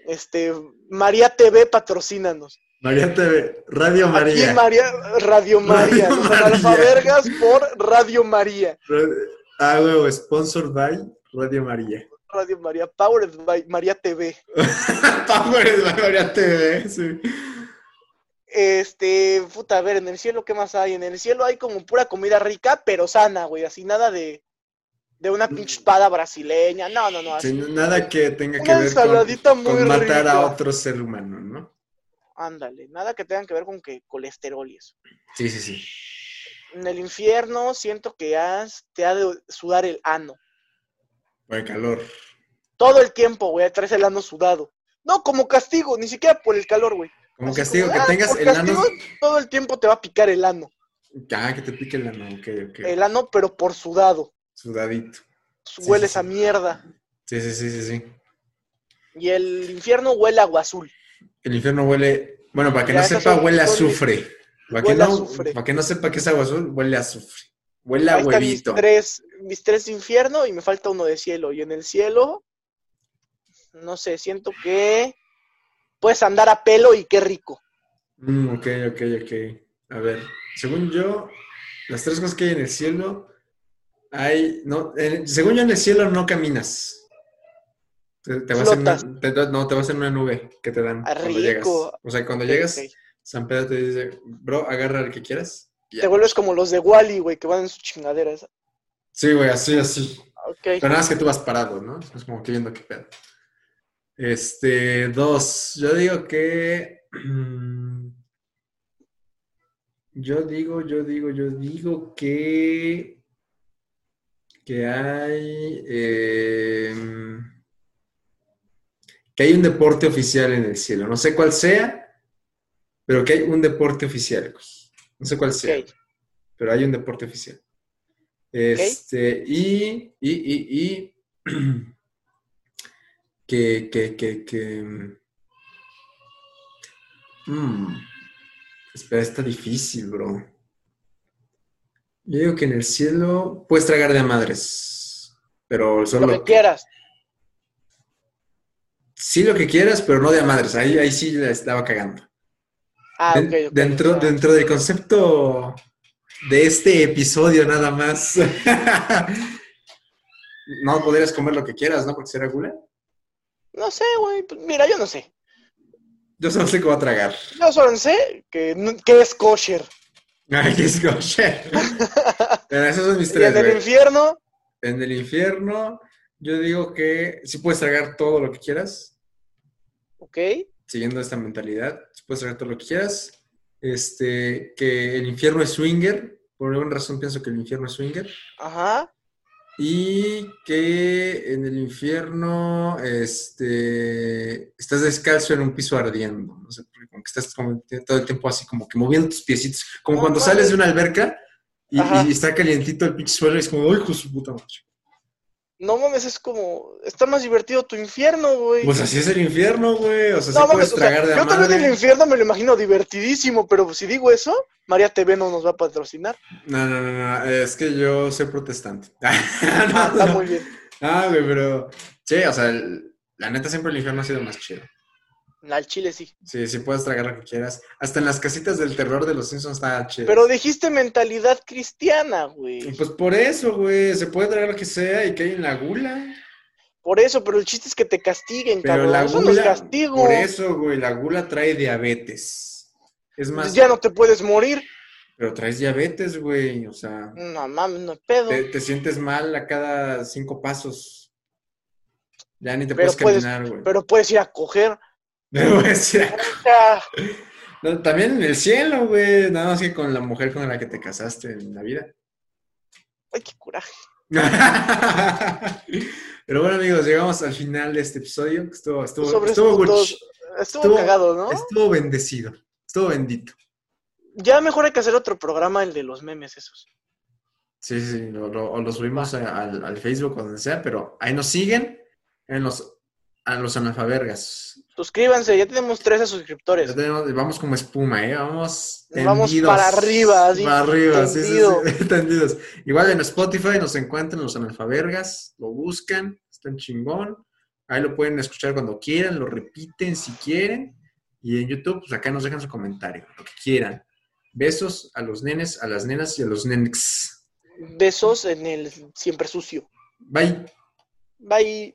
este, María TV, patrocínanos.
María TV, Radio
Aquí
María.
en María, Radio María.
Radio
Los
María.
analfabergas por Radio María.
Radio- Ah, huevo, sponsored by Radio María.
Radio María, Powered by María TV.
Powered by María TV, sí.
Este, puta, a ver, en el cielo, ¿qué más hay? En el cielo hay como pura comida rica, pero sana, güey. Así nada de, de una
Mm.
pinche espada brasileña. No, no, no. así.
Sin nada que tenga que
Una
ver
ensaladita
con,
muy
con matar
rica.
a otro ser humano, ¿no?
Ándale, nada que tenga que ver con que colesterol y eso.
Sí, sí, sí.
En el infierno siento que has- te ha de sudar el ano.
Por el calor.
Todo el tiempo, güey, traes el ano sudado. No, como castigo, ni siquiera por el calor, güey.
Como
Así
castigo,
como,
que
ah,
tengas
por
el ano.
castigo, Todo el tiempo te va a picar el ano.
Ah, que te pique el ano, ok, ok.
El ano, pero por sudado.
Sudadito.
Hueles
sí,
a
sí.
mierda.
Sí, sí, sí, sí, sí.
Y el infierno huele a agua azul.
El infierno huele Bueno, para que
Ya,
no
esas
sepa,
son-
huele a
son-
azufre. Para que,
huele a
no,
azufre.
para que no sepa que es agua azul, huele a azufre. Huele a
Ahí están mis
huevito.
tres, mis tres de infierno y me falta uno de cielo. Y en el cielo, no sé, siento que puedes andar a pelo y qué rico.
Mm, ok, ok, ok. A ver, según yo, las tres cosas que hay en el cielo, hay, no, en- según yo en el cielo no caminas. Te, te vas en una-
Flotas.
te- no, te vas en una nube que te dan
Ah,
cuando llegas.
rico.
O sea, cuando
Ok,
llegas,
ok.
San Pedro te dice, bro, agarra el que quieras. y ya.
Te vuelves como los de Wally, güey, que van en su chingadera esa.
Sí, güey, así, así. Pero
Ok.
nada más que tú vas parado, ¿no? Es como que viendo qué pedo. Este, dos. Yo digo que. mm, Yo digo, yo digo, yo digo que. Que hay. em, que hay un deporte oficial en el cielo. No sé cuál sea, pero que hay un deporte oficial. güey. No sé cuál sea
Ok.
pero hay un deporte oficial. Este, y, y, y, y, que, que, que, que, mm, espera, está difícil, bro. Yo digo que en el cielo puedes tragar de a madres, pero solo
Lo que quieras.
sí lo que quieras, pero no de a madres. Ahí, ahí sí la estaba cagando.
Ah,
Den-
ok, ok.
dentro,
Ah,
dentro del concepto de este episodio nada más. no podrías comer lo que quieras, ¿no? Porque será gula.
No sé, güey. pues, Mira, yo no sé.
Yo solo sé que voy a tragar.
Yo solo sé que, n- que es kosher.
Ay, qué es kosher. Pero esos son mis
Y
tres,
en el
güey.
infierno,
En el infierno, yo digo que sí puedes tragar todo lo que quieras,
ok.
siguiendo esta mentalidad. Sí puedes tragar todo lo que quieras. Este, que el infierno es swinger. Por alguna razón pienso que el infierno es swinger.
Ajá.
Y que en el infierno este, estás descalzo en un piso ardiendo. No sé, porque como que estás como todo el tiempo así, como que moviendo tus piecitos. Como
No
cuando
mames.
sales de una alberca y,
Ah, Ajá.
y está calientito el pinche suelo y es como, ¡ay, hijo de su puta madre!
No mames, es como. Está más divertido tu infierno, güey.
Pues así es el infierno, güey. O sea, sí
No mames,
puedes
o sea,
tragar de a
yo también
madre.
el infierno me lo imagino divertidísimo, pero si digo eso, María TV no nos va a patrocinar.
No, no, no, no, es que yo soy protestante. No,
Ah, está
no.
muy bien.
Ah, güey, pero. Sí, o sea, el- la neta siempre el infierno ha sido más chido.
Al chile sí.
Sí, sí puedes tragar lo que quieras. Hasta en las casitas del terror de los Simpsons está chido.
Pero dijiste mentalidad cristiana,
Y
güey.
Pues por eso, güey, se puede tragar lo que sea y que hay en la gula.
Por eso, pero el chiste es que te castiguen,
Pero
cabrón.
la
Eso no es
gula,
castigo.
por eso, güey, la gula trae diabetes. Es más,
Pues Ya no te puedes morir.
pero traes diabetes, güey, o sea,
No mames, no hay pedo.
te, te sientes mal a cada cinco pasos. Ya ni te
Pero
puedes
puedes-
caminar, güey.
Pero puedes ir a coger.
Pero, güey, sí.
O sea,
No, también en el cielo, güey, nada más que con la mujer con la que te casaste en la vida.
ay, qué coraje.
Pero bueno, amigos, llegamos al final de este episodio. Estuvo, estuvo,
Sobre
estuvo,
estos
Gucci.
dos, Estuvo,
Estuvo-
cagado, ¿no?
estuvo bendecido. Estuvo bendito.
Ya mejor hay que hacer otro programa, el de los memes esos.
Sí, sí, sí, lo, lo- o lo subimos a- al, al Facebook o donde sea, pero ahí nos siguen en los, a los analfabergas.
Suscríbanse, ya tenemos 13
Ya
suscriptores.
tenemos- vamos como espuma, ¿eh? Vamos
Vamos para arriba, así,
Para arriba, sí, sí,
tendido.
sí, tendidos. Igual en Spotify nos encuentran los analfabergas, lo buscan, están chingón. Ahí lo pueden escuchar cuando quieran, lo repiten si quieren. Y en YouTube, pues acá nos dejan su comentario, lo que quieran. Besos a los nenes, a las nenas y a los nenex.
Besos en el siempre sucio.
Bye.
Bye.